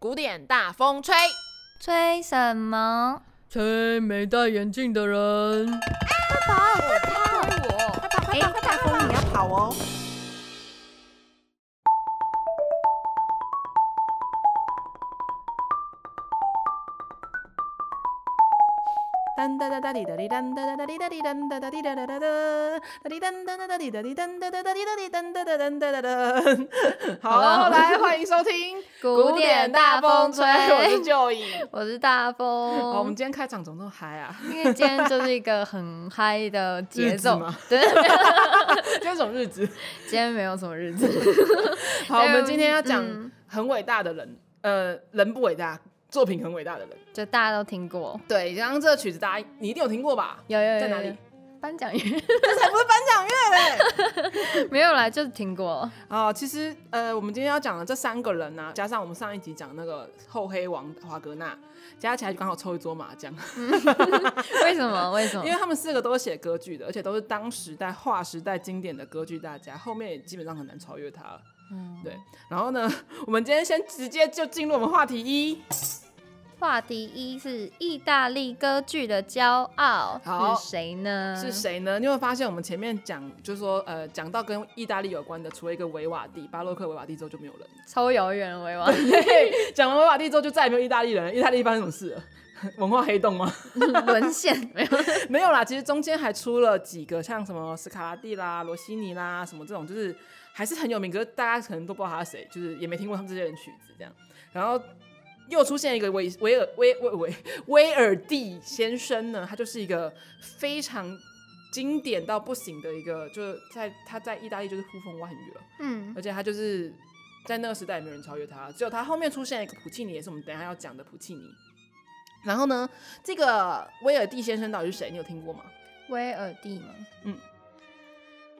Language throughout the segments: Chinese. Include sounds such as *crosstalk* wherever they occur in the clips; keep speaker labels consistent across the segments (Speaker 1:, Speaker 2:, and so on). Speaker 1: 古典大风吹，
Speaker 2: 吹什么？
Speaker 3: 吹没戴眼镜的人。
Speaker 4: 哎，大风你要跑哦！噔哒哒哒滴哒滴噔哒哒哒滴哒滴噔哒哒滴哒哒哒哒哒滴噔哒哒哒滴哒滴噔哒哒哒滴哒滴噔哒哒噔哒哒噔。好了，来欢迎收听《我 *laughs* 是就影。
Speaker 2: 我是大
Speaker 4: 好，我们
Speaker 2: 风，
Speaker 4: 今天开场怎么这么嗨啊？
Speaker 2: 因为今天就是一个很嗨的节
Speaker 4: *laughs* 日子
Speaker 2: 奏
Speaker 4: 吗，
Speaker 2: 对，没有
Speaker 4: 今天什么日子？
Speaker 2: 今天没有什么日子。 *laughs*
Speaker 4: 好，我们今天要
Speaker 2: 嗯
Speaker 4: 讲很伟大的人，呃，人不伟大，作品很伟大的人。
Speaker 2: 就大家都听过，
Speaker 4: 对，然后这个曲子大家你一定有听过吧？
Speaker 2: 有有有
Speaker 4: 在哪？
Speaker 2: 有
Speaker 4: 里？
Speaker 2: 颁奖月 *laughs*
Speaker 4: 这才不是颁奖乐嘞！
Speaker 2: 没有啦，就是听过。
Speaker 4: 啊，其实呃，我们今天要讲的这三个人呢、加上我们上一集讲那个厚黑王华格纳，加起来就刚好凑一桌麻将， *laughs*
Speaker 2: 为什么？为什
Speaker 4: 因为
Speaker 2: 么？
Speaker 4: 他们四个都是写歌剧的，而且都是当时代划时代经典的歌剧大家，后面也基本上很难超越他了。
Speaker 2: 嗯，
Speaker 4: 对，然后呢，我们今天先直接就进入我们话题一。
Speaker 2: 话题一是意大利歌剧的骄傲
Speaker 4: 好
Speaker 2: 是谁呢？
Speaker 4: 是？谁呢？你会发现我们前面讲，就是说，呃，讲到跟意大利有关的，除了一个维瓦蒂、巴洛克维瓦蒂之后就没有人 *laughs* 了。
Speaker 2: 超遥远，维瓦。
Speaker 4: 讲完维瓦蒂之后，就再也没有意大利人了。意大利发生什么事了？ *laughs* 文化黑洞吗？
Speaker 2: *laughs* 沦陷没有？
Speaker 4: 没有啦，其实中间还出了几个像什么斯卡拉蒂啦、罗西尼啦什么这种，就是还是很有名，可是大家可能都不知道他是谁，就是也没听过他们这些人曲子这样。然后又出现一个维维尔维维维威尔第先生呢，他就是一个非常经典到不行的一个，就是在他在意大利就是呼风唤雨了。
Speaker 2: 嗯，
Speaker 4: 而且他就是在那个时代也没有人超越他，只有他后面出现一个普契尼，也是我们等一下要讲的普契尼。然后呢，这个威尔第先生到底是谁？你有听过吗？
Speaker 2: 威尔第吗？
Speaker 4: 嗯，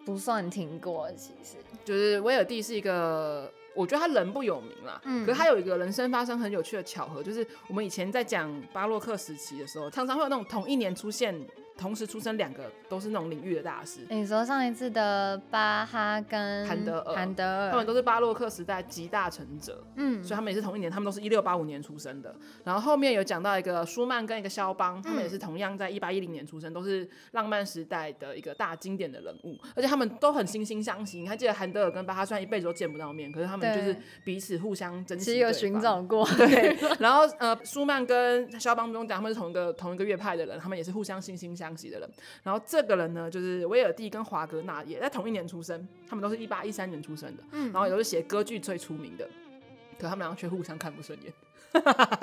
Speaker 2: 不算听过，其实。
Speaker 4: 就是威尔第是一个，我觉得他人不有名啦，
Speaker 2: 嗯
Speaker 4: 可是他有一个人生发生很有趣的巧合，就是我们以前在讲巴洛克时期的时候，常常会有那种同一年出现、同时出生两个都是那种领域的大师，
Speaker 2: 你说上一次的巴哈跟
Speaker 4: 韩德尔
Speaker 2: 韩德尔，
Speaker 4: 他们都是巴洛克时代集大成者。
Speaker 2: 嗯，
Speaker 4: 所以他们也是同一年，他们都是一六八五年出生的。然后后面有讲到一个舒曼跟一个肖邦，他们也是同样在一八一零年出生，都是浪漫时代的一个大经典的人物，而且他们都很惺惺相惜。你还记得韩德尔跟巴哈虽然一辈子都见不到面，可是他们
Speaker 2: 对
Speaker 4: 就是彼此互相珍惜。
Speaker 2: 其实有寻。找过，
Speaker 4: 对， *laughs* 然后呃，舒曼跟肖邦不用讲，他们是同一个同一个乐派的人，他们也是互相惺惺相惜的人。然后这个人呢，就是威尔第跟华格纳也在同一年出生，他们都是一八一三年出生的，
Speaker 2: 嗯
Speaker 4: 然后也都是写歌剧最出名的。可他们两个却互相看不顺眼，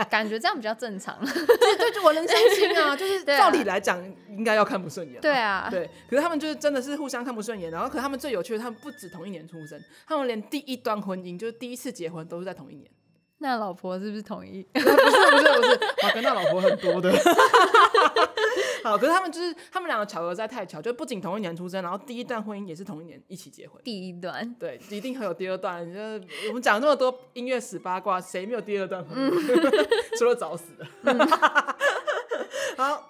Speaker 2: 感觉这样比较正常。
Speaker 4: 对，就我能相信啊， *laughs* 就是
Speaker 2: 对啊
Speaker 4: 照理来讲应该要看不顺眼、
Speaker 2: *laughs* 对。啊，
Speaker 4: 对，可是他们就是真的是互相看不顺眼，然后可他们最有趣的，他们不止同一年出生，他们连第一段婚姻，就是第一次结婚，都是在同一年。
Speaker 2: 那老婆是不是同意？
Speaker 4: 不是不是不是，我跟他老婆很多的。好，可是他们就是他们两个巧合实在太巧，就不仅同一年出生，然后第一段婚姻也是同一年一起结婚。
Speaker 2: 第一段，
Speaker 4: 对，一定还有第二段。就是我们讲那么多音乐史八卦，谁没有第二段婚姻？ *laughs* 除了早死的。 *laughs* 好，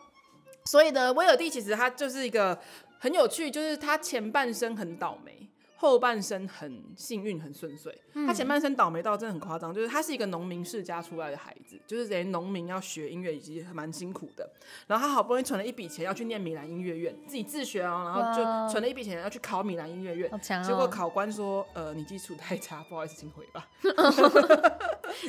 Speaker 4: 所以呢，威尔第其实他就是一个很有趣，就是他前半生很倒霉。后半生很幸运，很顺遂。他前半生倒霉到真的很夸张，就是他是一个农民世家出来的孩子，就是连农民要学音乐已经蛮辛苦的。然后他好不容易存了一笔钱要去念米兰音乐院，自己自学哦，然后
Speaker 2: 哇
Speaker 4: 就存了一笔钱要去考米兰音乐院
Speaker 2: 好。强
Speaker 4: 结果
Speaker 2: 哦！
Speaker 4: 考官说，呃，你基础太差，不好意思，请回
Speaker 2: *laughs*
Speaker 4: 吧。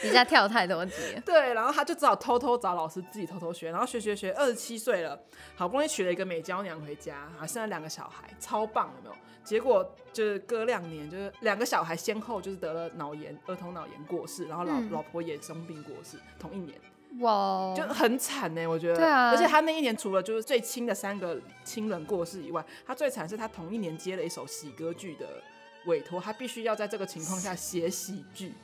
Speaker 2: 一下跳太
Speaker 4: *laughs*
Speaker 2: 多级了，
Speaker 4: 对，然后他就只好偷偷找老师自己偷偷学，然后学学学，二十七岁了，好不容易娶了一个美娇娘回家，还生了两个小孩，超棒，有没有？结果就是隔两年，就是两个小孩先后就是得了脑炎，儿童脑炎过世，然后老、
Speaker 2: 嗯
Speaker 4: 老婆也生病过世，同一年。
Speaker 2: 哇！
Speaker 4: 就很惨呢、我觉得。
Speaker 2: 对啊
Speaker 4: 而且他那一年除了就是最亲的三个亲人过世以外，他最惨是他同一年接了一首喜歌剧的委托，他必须要在这个情况下写喜剧。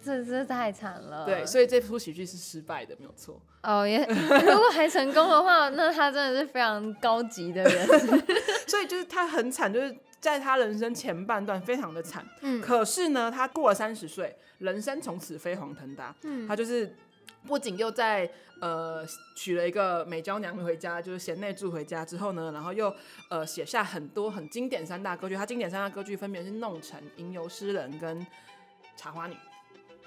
Speaker 2: 这这太惨了。
Speaker 4: 对，所以这出喜剧是失败的，没有错。
Speaker 2: 哦也， *laughs* 如果还成功的话，那他真的是非常高级的人。
Speaker 4: 所以就是他很惨，就是在他人生前半段非常的惨。
Speaker 2: 嗯
Speaker 4: 可是呢，他过了三十岁，人生从此飞黄腾达。
Speaker 2: 嗯
Speaker 4: 他就是不仅又在呃娶了一个美娇娘回家，就是贤内助回家之后呢，然后又呃写下很多很经典三大歌剧。他经典三大歌剧分别是《弄臣》《吟游诗人》跟《茶花女》。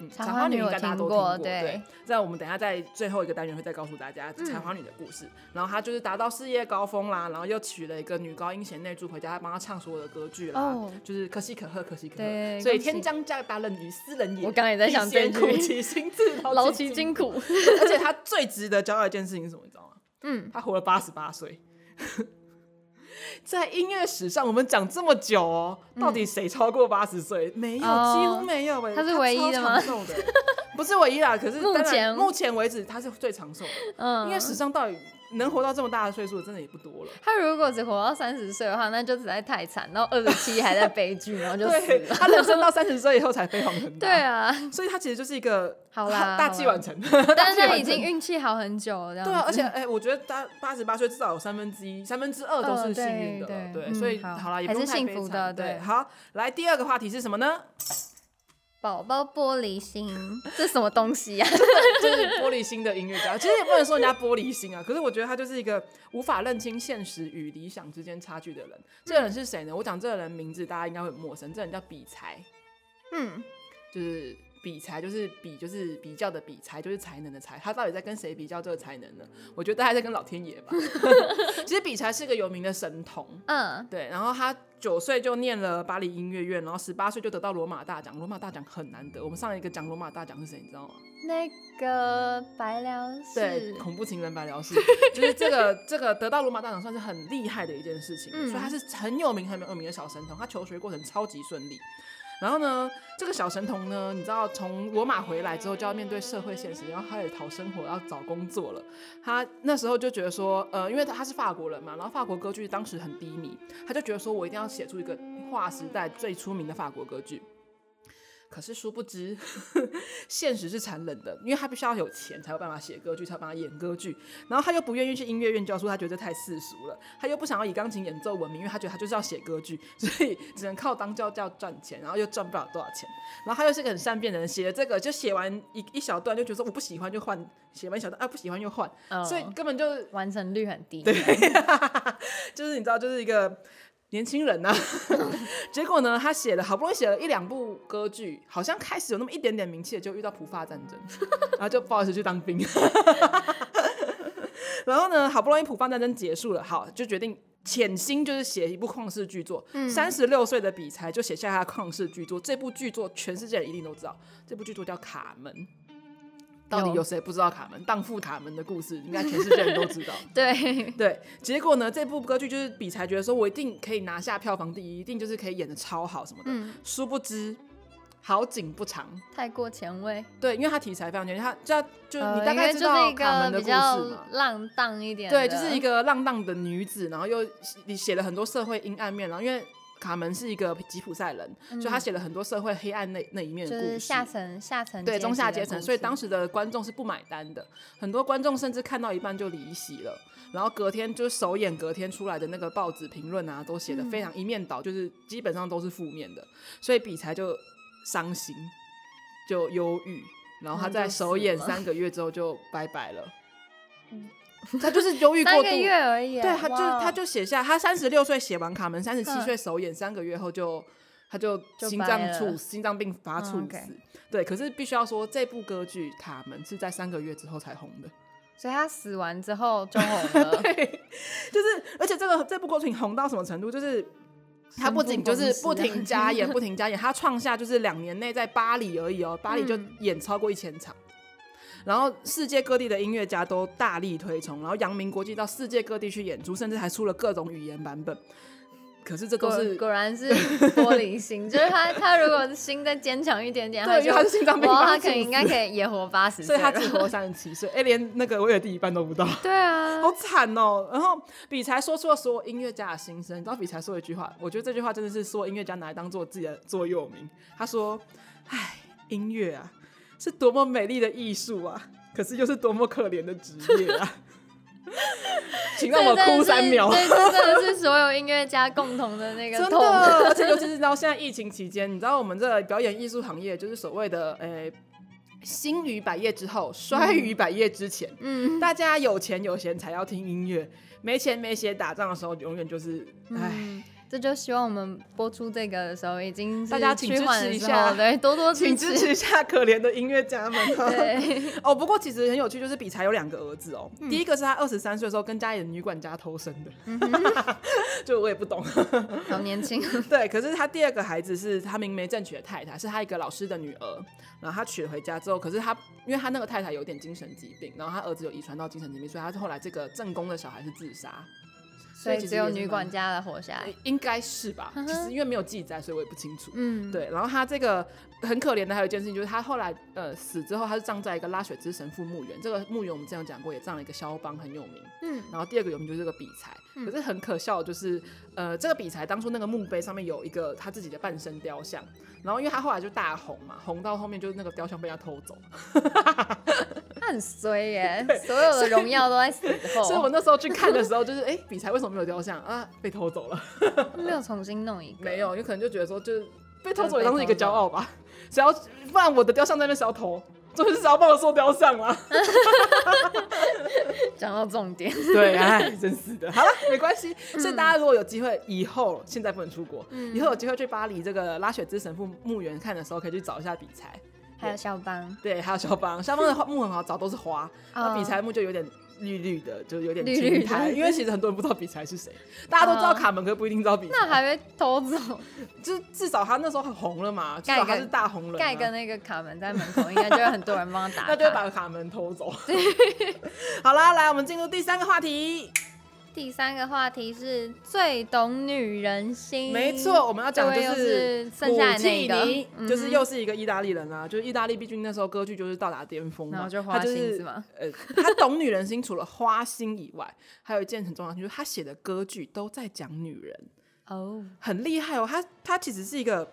Speaker 4: 嗯，
Speaker 2: 茶
Speaker 4: 茶
Speaker 2: 花
Speaker 4: 花
Speaker 2: 女
Speaker 4: 女应
Speaker 2: 有
Speaker 4: 该大家都
Speaker 2: 听
Speaker 4: 听
Speaker 2: 过
Speaker 4: 过，
Speaker 2: 对
Speaker 4: 对。在我们等一下在最后一个单元会再告诉大家
Speaker 2: 嗯
Speaker 4: 茶花女的故事。然后她就是达到事业高峰啦，然后又娶了一个女高音贤内助回家帮她唱所有的歌剧啦，
Speaker 2: 哦
Speaker 4: 就是可喜可贺，可喜可
Speaker 2: 对
Speaker 4: 贺。所以
Speaker 2: 恭喜
Speaker 4: 天将降大任于斯人也，
Speaker 2: 我刚刚也在想
Speaker 4: 必
Speaker 2: 这
Speaker 4: 先苦
Speaker 2: 句，
Speaker 4: 其心志，
Speaker 2: 劳
Speaker 4: 劳
Speaker 2: 其
Speaker 4: 其
Speaker 2: 筋
Speaker 4: 筋
Speaker 2: 骨。
Speaker 4: 而且她最值得骄傲的一件事情是什么？你知道吗？
Speaker 2: 嗯，
Speaker 4: 她活了八十八岁。 *laughs* 在音乐史上，我们讲这么久哦，到底谁超过八十岁？没有，
Speaker 2: 嗯哦
Speaker 4: 几乎没有哎、
Speaker 2: 她是唯一的吗
Speaker 4: 她超长寿的不是唯一啦，可是
Speaker 2: 目
Speaker 4: 当然
Speaker 2: 前
Speaker 4: 目前为止，她是最长寿的。
Speaker 2: 嗯，
Speaker 4: 音乐史上到底能活到这么大的岁数的，真的也不多了。
Speaker 2: 他如果只活到三十岁的话，那就实在太惨，然后二十七还在悲剧，然后就死
Speaker 4: 对， *laughs*
Speaker 2: 了。
Speaker 4: 她人生到三十岁以后才飞黄腾达。
Speaker 2: *laughs* 对，啊，
Speaker 4: 所以她其实就是一个
Speaker 2: 好啦
Speaker 4: 大
Speaker 2: 好
Speaker 4: 器
Speaker 2: 啦
Speaker 4: 晚成。
Speaker 2: 但
Speaker 4: *laughs*
Speaker 2: 是
Speaker 4: 大器晚
Speaker 2: 他
Speaker 4: 成
Speaker 2: 已经运气好很久了，这样
Speaker 4: 对啊，而
Speaker 2: 子
Speaker 4: 且哎、我觉得大八十八岁至少有三分之一、三分之二都
Speaker 2: 呃
Speaker 4: 是幸
Speaker 2: 对
Speaker 4: 运的了，
Speaker 2: 对
Speaker 4: 对，
Speaker 2: 嗯
Speaker 4: 所以
Speaker 2: 好
Speaker 4: 好啦，也
Speaker 2: 还
Speaker 4: 不用
Speaker 2: 是
Speaker 4: 太
Speaker 2: 幸
Speaker 4: 悲
Speaker 2: 福
Speaker 4: 惨
Speaker 2: 的
Speaker 4: 对
Speaker 2: 对。
Speaker 4: 好，来第二个话题是什么呢？ *laughs*
Speaker 2: 宝宝玻璃心，这什么
Speaker 4: *laughs*
Speaker 2: 东西呀、啊
Speaker 4: 就是玻璃心的音乐家，其实也不能说人家玻璃心啊，可是我觉得他就是一个无法认清现实与理想之间差距的人。这个人是谁呢？我讲这个人名字，大家应该会很陌生。这个人叫比才，
Speaker 2: 嗯，
Speaker 4: 就是比才，就是比，就是比较的比才，就是才能的才。他到底在跟谁比较这个才能呢？我觉得大家在跟老天爷吧。 *laughs* 其实比才是个有名的神童，
Speaker 2: 嗯，
Speaker 4: 对，然后他九岁就念了巴黎音乐院，然后十八岁就得到罗马大奖。罗马大奖很难得，我们上一个讲罗马大奖是谁，你知道吗？
Speaker 2: 那个白辽
Speaker 4: 对
Speaker 2: 士，，
Speaker 4: 恐怖情人白辽士，就是这个这个得到罗马大奖算是很厉害的一件事情，
Speaker 2: 嗯
Speaker 4: 所以他是很有名很有名的小神童，他求学过程超级顺利。然后呢，这个小神童呢，你知道从罗马回来之后就要面对社会现实，然后开始讨生活，要找工作了。他那时候就觉得说，呃，因为他是法国人嘛，然后法国歌剧当时很低迷，他就觉得说我一定要写出一个划时代最出名的法国歌剧。可是殊不知， *laughs* 现实是残忍的，因为他必须要有钱才有办法写歌剧，才有办法演歌剧。然后他又不愿意去音乐院教书，他觉得太世俗了。他又不想要以钢琴演奏闻名，因为他觉得他就是要写歌剧，所以只能靠当教教赚钱，然后又赚不了多少钱。然后他又是个很善变的人，写了这个就写完一一小段就觉得说我不喜欢就换，写完一小段啊不喜欢又换，
Speaker 2: 嗯
Speaker 4: 所以根本就是
Speaker 2: 完成率很低。
Speaker 4: 就是你知道，就是一个年轻人呐、 *laughs* 啊。结果呢，他写了好不容易写了一两部歌剧，好像开始有那么一点点名气了，就遇到普法战争，然后就不好意思去当兵。 *laughs* 然后呢，好不容易普法战争结束了，好就决定。潜心就是写一部旷世巨作，三十六岁的比才就写下他的旷世巨作。这部巨作全世界人一定都知道，这部巨作叫《卡门》。到底
Speaker 2: 有
Speaker 4: 有谁不知道《卡门》？荡妇卡门的故事，应该全世界人都知道。
Speaker 2: *laughs* 对，
Speaker 4: *laughs* 对，结果呢，这部歌剧就是比才觉得说我一定可以拿下票房第一，一定就是可以演的超好什么的。
Speaker 2: 嗯
Speaker 4: 殊不知，好景不长。
Speaker 2: 太过前卫。
Speaker 4: 对，因为他题材非常简单，他就就
Speaker 2: 呃
Speaker 4: 你大
Speaker 2: 因为
Speaker 4: 概
Speaker 2: 就
Speaker 4: 知
Speaker 2: 是
Speaker 4: 道
Speaker 2: 一
Speaker 4: 卡门的
Speaker 2: 个
Speaker 4: 故
Speaker 2: 比
Speaker 4: 事
Speaker 2: 较
Speaker 4: 嘛。
Speaker 2: 浪荡一点的，
Speaker 4: 对，就是一个浪荡的女子，然后又写写了很多社会阴暗面，然后因为卡门是一个吉普赛人，所以他写了很多社会黑暗那那一面
Speaker 2: 嗯就
Speaker 4: 的故事。
Speaker 2: 是下层下层
Speaker 4: 对
Speaker 2: 阶
Speaker 4: 中
Speaker 2: 级
Speaker 4: 下
Speaker 2: 的
Speaker 4: 阶
Speaker 2: 故
Speaker 4: 层，所以
Speaker 2: 事
Speaker 4: 当时的观众是不买单的，很多观众甚至看到一半就离席了。然后隔天就是首演，隔天出来的那个报纸评论啊，都写的
Speaker 2: 嗯
Speaker 4: 非常一面倒，就是基本上都是负面的，所以比才就伤心，就忧郁，然后他
Speaker 2: 然后
Speaker 4: 在
Speaker 2: 就
Speaker 4: 首
Speaker 2: 死
Speaker 4: 演
Speaker 2: 了嗯
Speaker 4: 三个月之后就拜拜了。他就是忧郁过
Speaker 2: 三
Speaker 4: 度
Speaker 2: 个，月而已耶，啊
Speaker 4: 对，他就
Speaker 2: 哇
Speaker 4: 他就写下，他三十六岁写完卡门，三十七
Speaker 2: 嗯
Speaker 4: 岁首演，三个月后就他就
Speaker 2: 就
Speaker 4: 心
Speaker 2: 掰
Speaker 4: 脏
Speaker 2: 了
Speaker 4: 猝死，心脏病发
Speaker 2: 嗯
Speaker 4: 猝死。
Speaker 2: ，OK
Speaker 4: 对，可是必须要说，这部歌剧《卡门》是在三个月之后才红的。
Speaker 2: 所以他死完之后就红
Speaker 4: *laughs*
Speaker 2: 了，
Speaker 4: 就是，而且这个这部歌剧红到什么程度？就是他不仅就是不停加演，不停加演，他创下就是两年内在巴黎而已哦，巴黎就
Speaker 2: 嗯
Speaker 4: 演超过一千场。然后世界各地的音乐家都大力推崇，然后扬名国际到世界各地去演出，甚至还出了各种语言版本。可是这都
Speaker 2: 果
Speaker 4: 是
Speaker 2: 果然是玻璃心， *laughs* 就是他他如果心再坚强一点点，
Speaker 4: 对，因为
Speaker 2: 就
Speaker 4: 他是心脏病
Speaker 2: 哇，他
Speaker 4: 发
Speaker 2: 可
Speaker 4: 作
Speaker 2: 能应该可以也活八十
Speaker 4: 所
Speaker 2: 岁
Speaker 4: 以他
Speaker 2: 了，
Speaker 4: 只活三十七岁，哎、连那个威尔第一半都不到，
Speaker 2: 对啊，
Speaker 4: 好惨哦、然后比才说出了所有音乐家的心声，你知道比才说了一句话，我觉得这句话真的是所有音乐家拿来当做自己的座右铭。他说：“唉，音乐啊，是多么美丽的艺术啊，可是又是多么可怜的职业啊。” *laughs* 请让我
Speaker 2: 这真
Speaker 4: 哭
Speaker 2: 的
Speaker 4: 三
Speaker 2: 是
Speaker 4: 秒。
Speaker 2: 对，这真的是所有音乐家共同
Speaker 4: *laughs*
Speaker 2: 的那个
Speaker 4: 真
Speaker 2: 痛。
Speaker 4: 的，而且尤其是到现在疫情期间，你知道我们这个表演艺术行业就是所谓的诶。兴于百业之后，衰于百业之前。
Speaker 2: 嗯，
Speaker 4: 大家有钱有闲才要听音乐，没钱没闲打仗的时候，永远就是唉，
Speaker 2: 嗯这就希望我们播出这个的时候已经是
Speaker 4: 大家请
Speaker 2: 趋
Speaker 4: 支
Speaker 2: 缓
Speaker 4: 持
Speaker 2: 的
Speaker 4: 一
Speaker 2: 时
Speaker 4: 下
Speaker 2: 候，对，多
Speaker 4: *laughs*
Speaker 2: 多
Speaker 4: 请
Speaker 2: 支
Speaker 4: 支持一下可怜的音乐家们。*laughs*
Speaker 2: 对，嗯
Speaker 4: 哦，不过其实很有趣，就是比才有两个儿子哦。第一个是他二十三岁的时候跟家里的女管家偷生的， *laughs* 就我也不懂。
Speaker 2: 好年轻，
Speaker 4: *laughs* 对，可是他第二个孩子是他明媒正娶的太太，是他一个老师的女儿。然后他娶了回家之后，可是他因为他那个太太有点精神疾病，然后他儿子有遗传到精神疾病，所以他后来这个正宫的小孩是自杀。
Speaker 2: *laughs* 所以
Speaker 4: 其实
Speaker 2: 只有
Speaker 4: 也是
Speaker 2: 女
Speaker 4: 蛮
Speaker 2: 管家了活下来
Speaker 4: 呃。应该是吧？其实因为没有记载，所以我也不清楚。
Speaker 2: 嗯，
Speaker 4: 对，然后他这个很可怜的还有一件事情，就是他后来呃死之后，他是葬在一个拉雪之神父墓园。这个墓园我们之前有讲过，也葬了一个肖邦，很有名。
Speaker 2: 嗯，
Speaker 4: 然后第二个有名就是这个比才，可是很可笑的就是，呃，这个比才当初那个墓碑上面有一个他自己的半身雕像，然后因为他后来就大红嘛，红到后面就是那个雕像被他偷走，
Speaker 2: 他很衰
Speaker 4: *laughs*
Speaker 2: 耶，所有的荣耀都在死
Speaker 4: 所以我
Speaker 2: 后，
Speaker 4: 那时候去看的时候，就是哎、比才为什么没有雕像啊？被偷走了？
Speaker 2: 没有重新弄一个，
Speaker 4: 没，有，有可能就觉得说就是 *laughs* 被偷走也当是一个骄傲吧，只要不然我的雕像在那边是要偷，就是只要帮我做雕像啦。
Speaker 2: 讲到重点， *laughs*
Speaker 4: 对，哎，真是的。好了，没关系。
Speaker 2: 嗯
Speaker 4: 所以大家如果有机会，以后现在不能出国，以后有机会去巴黎这个拉雪之神父墓园看的时候，可以去找一下比才。
Speaker 2: 还有肖邦，
Speaker 4: 对，还有肖邦，肖邦的墓很好找，都是花。那
Speaker 2: 哦
Speaker 4: 比才墓就有点绿绿的，就有点
Speaker 2: 绿绿
Speaker 4: 青
Speaker 2: 的 *laughs*
Speaker 4: 苔，因为其实很多人不知道比才是谁，大家都知道
Speaker 2: 哦
Speaker 4: 卡门，可是不一定知道比才。
Speaker 2: 那还被
Speaker 4: *laughs*
Speaker 2: 偷走，
Speaker 4: 就是至少他那时候很红了嘛，至
Speaker 2: 盖
Speaker 4: 少
Speaker 2: 个
Speaker 4: 他是大红人、啊。
Speaker 2: 盖个那个卡门在门口，应该就有很多人帮他打卡。
Speaker 4: *laughs* 那就会把卡门偷走。 *laughs* 好啦，来，我们进入第三个话题。
Speaker 2: 第三个话题是最懂女人心，
Speaker 4: 没错，我们要讲的就
Speaker 2: 这位又是剩
Speaker 4: 古
Speaker 2: 下的那
Speaker 4: 契
Speaker 2: 个
Speaker 4: 尼，
Speaker 2: 嗯哼
Speaker 4: 就是又是一个意大利人啊，就是意大利，毕竟那时候歌剧就是到达巅峰嘛，
Speaker 2: 然后就花
Speaker 4: 他就
Speaker 2: 心
Speaker 4: 是
Speaker 2: 是吗
Speaker 4: 呃，他懂女人心，除了花心以外，还有一件很重要的事情，就是他写的歌剧都在讲女人，
Speaker 2: 哦，
Speaker 4: 很厉害哦。他他其实是一个，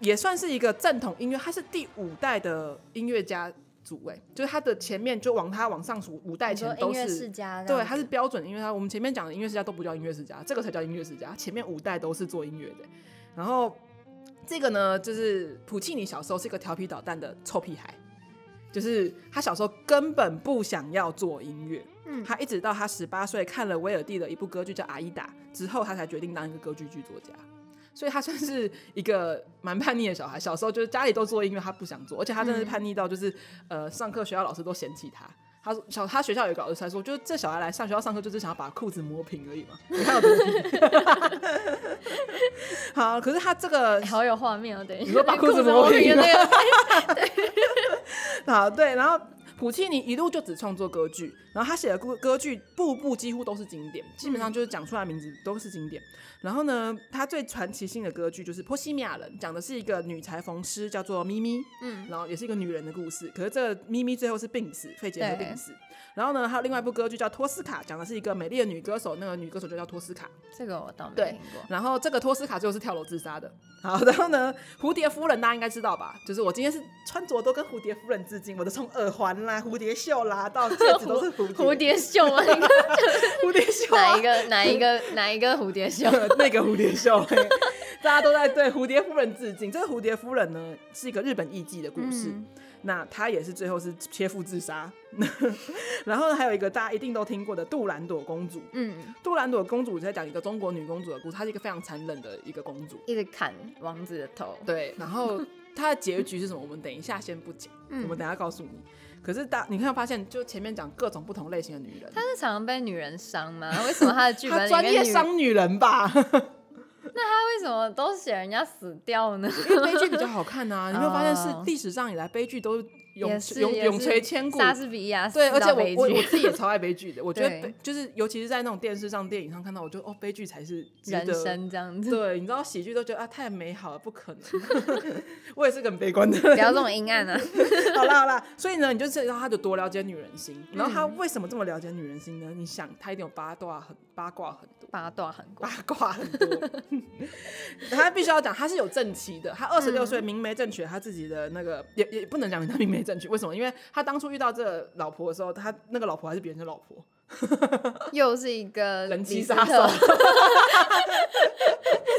Speaker 4: 也算是一个正统音乐，他是第五代的音乐家组位，就是他的前面就往他往上数五代
Speaker 2: 哦你说
Speaker 4: 前
Speaker 2: 音
Speaker 4: 都
Speaker 2: 乐
Speaker 4: 是
Speaker 2: 世家这样子，
Speaker 4: 对，他是标准音乐家。我们前面讲的音乐世家都不叫音乐世家，这个才叫音乐世家。前面五代都是做音乐的。然后这个呢，就是普契尼小时候是一个调皮捣蛋的臭屁孩，就是他小时候根本不想要做音乐。
Speaker 2: 嗯
Speaker 4: 他一直到他十八岁看了威尔第的一部歌剧叫《阿依达》之后，他才决定当一个歌剧剧作家。所以他算是一个蛮叛逆的小孩，小时候就是家里都做音乐，他不想做，而且他真的是叛逆到就是、呃，上课学校老师都嫌弃他。他说小他学校有一个老师才说，就是这小孩来上学校上课，就是想要把裤子磨平而已嘛，你看有多 *laughs* 皮。好，可是他这个
Speaker 2: 哎好有画面哦，等你
Speaker 4: 说把裤子磨平
Speaker 2: 那个，
Speaker 4: *laughs* 好对，然后普契尼一路就只创作歌剧，然后他写的歌歌剧步步几乎都是经典，基本上就是讲出来名字都是经典。然后呢，他最传奇性的歌剧就是《波西米亚人》，讲的是一个女裁缝师叫做咪咪，嗯，然后也是一个女人的故事。可是这个咪咪最后是病死，肺结核
Speaker 2: 对
Speaker 4: 病死。然后呢，还有另外一部歌剧叫《托斯卡》，讲的是一个美丽的女歌手，那个女歌手就叫托斯卡。
Speaker 2: 这个我倒没
Speaker 4: 对
Speaker 2: 听过。
Speaker 4: 然后这个托斯卡最后是跳楼自杀的。好，然后呢，蝴蝶夫人大家应该知道吧？就是我今天是穿着都跟蝴蝶夫人致敬，我的从耳环啦、蝴蝶袖啦到戒指都 *laughs* 是蝴蝶
Speaker 2: 蝴蝶袖吗？你看
Speaker 4: 蝴蝶袖、啊
Speaker 2: 哪一，个哪一个哪一个蝴蝶袖？
Speaker 4: 那个 *laughs* 蝴蝶袖、嘿大家都在对蝴蝶夫人致敬。这个蝴蝶夫人呢，是一个日本艺妓的故事。
Speaker 2: 嗯
Speaker 4: 那她也是最后是切腹自杀， *laughs* 然后还有一个大家一定都听过的杜兰朵公主。
Speaker 2: 嗯，
Speaker 4: 杜兰朵公主在讲一个中国女公主的故事，她是一个非常残忍的一个公主。
Speaker 2: 一直砍王子的头。
Speaker 4: 对，然后它的结局是什么？我们等一下先不讲，
Speaker 2: 嗯
Speaker 4: 我们等一下告诉你。可是大，你看发现，就前面讲各种不同类型的女人，
Speaker 2: 他是常常被女人伤吗？为什么他的剧本
Speaker 4: 她
Speaker 2: 里
Speaker 4: 专业
Speaker 2: 面女，
Speaker 4: 伤女人
Speaker 2: *laughs*
Speaker 4: 吧？
Speaker 2: 他为什么都写人家死掉呢？
Speaker 4: 因为悲剧比较好看啊，你没有发现是
Speaker 2: *laughs* 哦
Speaker 4: 历史上以来悲剧都 *laughs* 永
Speaker 2: 也是
Speaker 4: 永
Speaker 2: 也
Speaker 4: 永
Speaker 2: 是
Speaker 4: 垂千古。
Speaker 2: 莎士比亚
Speaker 4: 对，
Speaker 2: 死
Speaker 4: 而且
Speaker 2: 到悲
Speaker 4: 我我我
Speaker 2: 剧
Speaker 4: 自己也超爱悲剧的，我觉得
Speaker 2: *laughs* 对
Speaker 4: 悲就是尤其是在那种电视上、电影上看到，我就哦，悲剧才是值
Speaker 2: 人
Speaker 4: 得
Speaker 2: 生这样子，
Speaker 4: 对，你知道喜剧都觉得啊太美好了，不可能。 *laughs* 我也是个很悲观的人
Speaker 2: 不，要这么阴
Speaker 4: *laughs*
Speaker 2: 暗啊！
Speaker 4: 好啦好啦，所以呢，你就知道他有多了解女人心。然后他为什么这么了解女人心呢？你想，他一定有八卦很 *laughs* 八卦很多，
Speaker 2: 八段韩国
Speaker 4: 八，卦很多。他必须要讲，他是有正妻的。他二十六岁，明媒正娶，他自己的那个也也不能讲他明媒正娶，为什么？因为他当初遇到这个老婆的时候，他那个老婆还是别人的老婆。
Speaker 2: 又是一个
Speaker 4: 人
Speaker 2: 李
Speaker 4: 妻
Speaker 2: 斯
Speaker 4: 杀手
Speaker 2: 特， *laughs*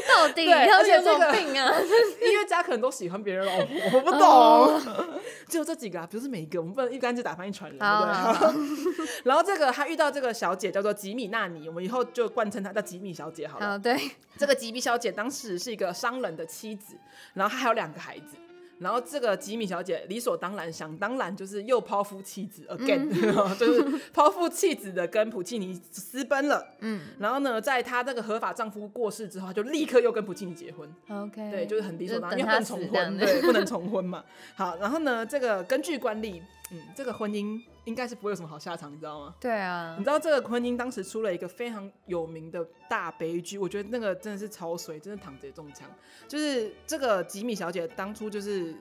Speaker 2: 到底
Speaker 4: 对而
Speaker 2: 他们
Speaker 4: 且
Speaker 2: 有什
Speaker 4: 这
Speaker 2: 么
Speaker 4: 个
Speaker 2: 病啊？
Speaker 4: 音乐家可能都喜欢别人的老婆，我不懂。
Speaker 2: 哦
Speaker 4: *laughs* 只有这几个啊，不是每一个，我们不能一竿子打翻一船人，对不对？
Speaker 2: 好好
Speaker 4: *laughs* 然后这个他遇到这个小姐叫做吉米纳尼，我们以后就贯称她叫吉米小 *laughs* 姐好了。
Speaker 2: 好，对，
Speaker 4: 这个吉米小姐当时是一个商人的妻子，然后她还有两个孩子。然后这个吉米小姐理所当然、想当然就是又抛夫弃子
Speaker 2: 嗯
Speaker 4: again，、就是 *laughs* 抛夫弃子的跟普契尼私奔了。
Speaker 2: 嗯
Speaker 4: 然后呢，在她这个合法丈夫过世之后，她就立刻又跟普契尼结婚。
Speaker 2: ，OK，
Speaker 4: 对，就是很理所当然，因为
Speaker 2: 哎就等
Speaker 4: 不
Speaker 2: 他
Speaker 4: 能
Speaker 2: 死
Speaker 4: 重
Speaker 2: 这样
Speaker 4: 婚，
Speaker 2: 子
Speaker 4: 对，
Speaker 2: *laughs*
Speaker 4: 不能重婚嘛。好，然后呢，这个根据惯例，嗯，这个婚姻应该是不会有什么好下场，你知道吗？
Speaker 2: 对啊
Speaker 4: 你，知道这个婚姻当时出了一个非常有名的大悲剧，我觉得那个真的是超水，真的躺着也中枪。就是这个吉米小姐当初就是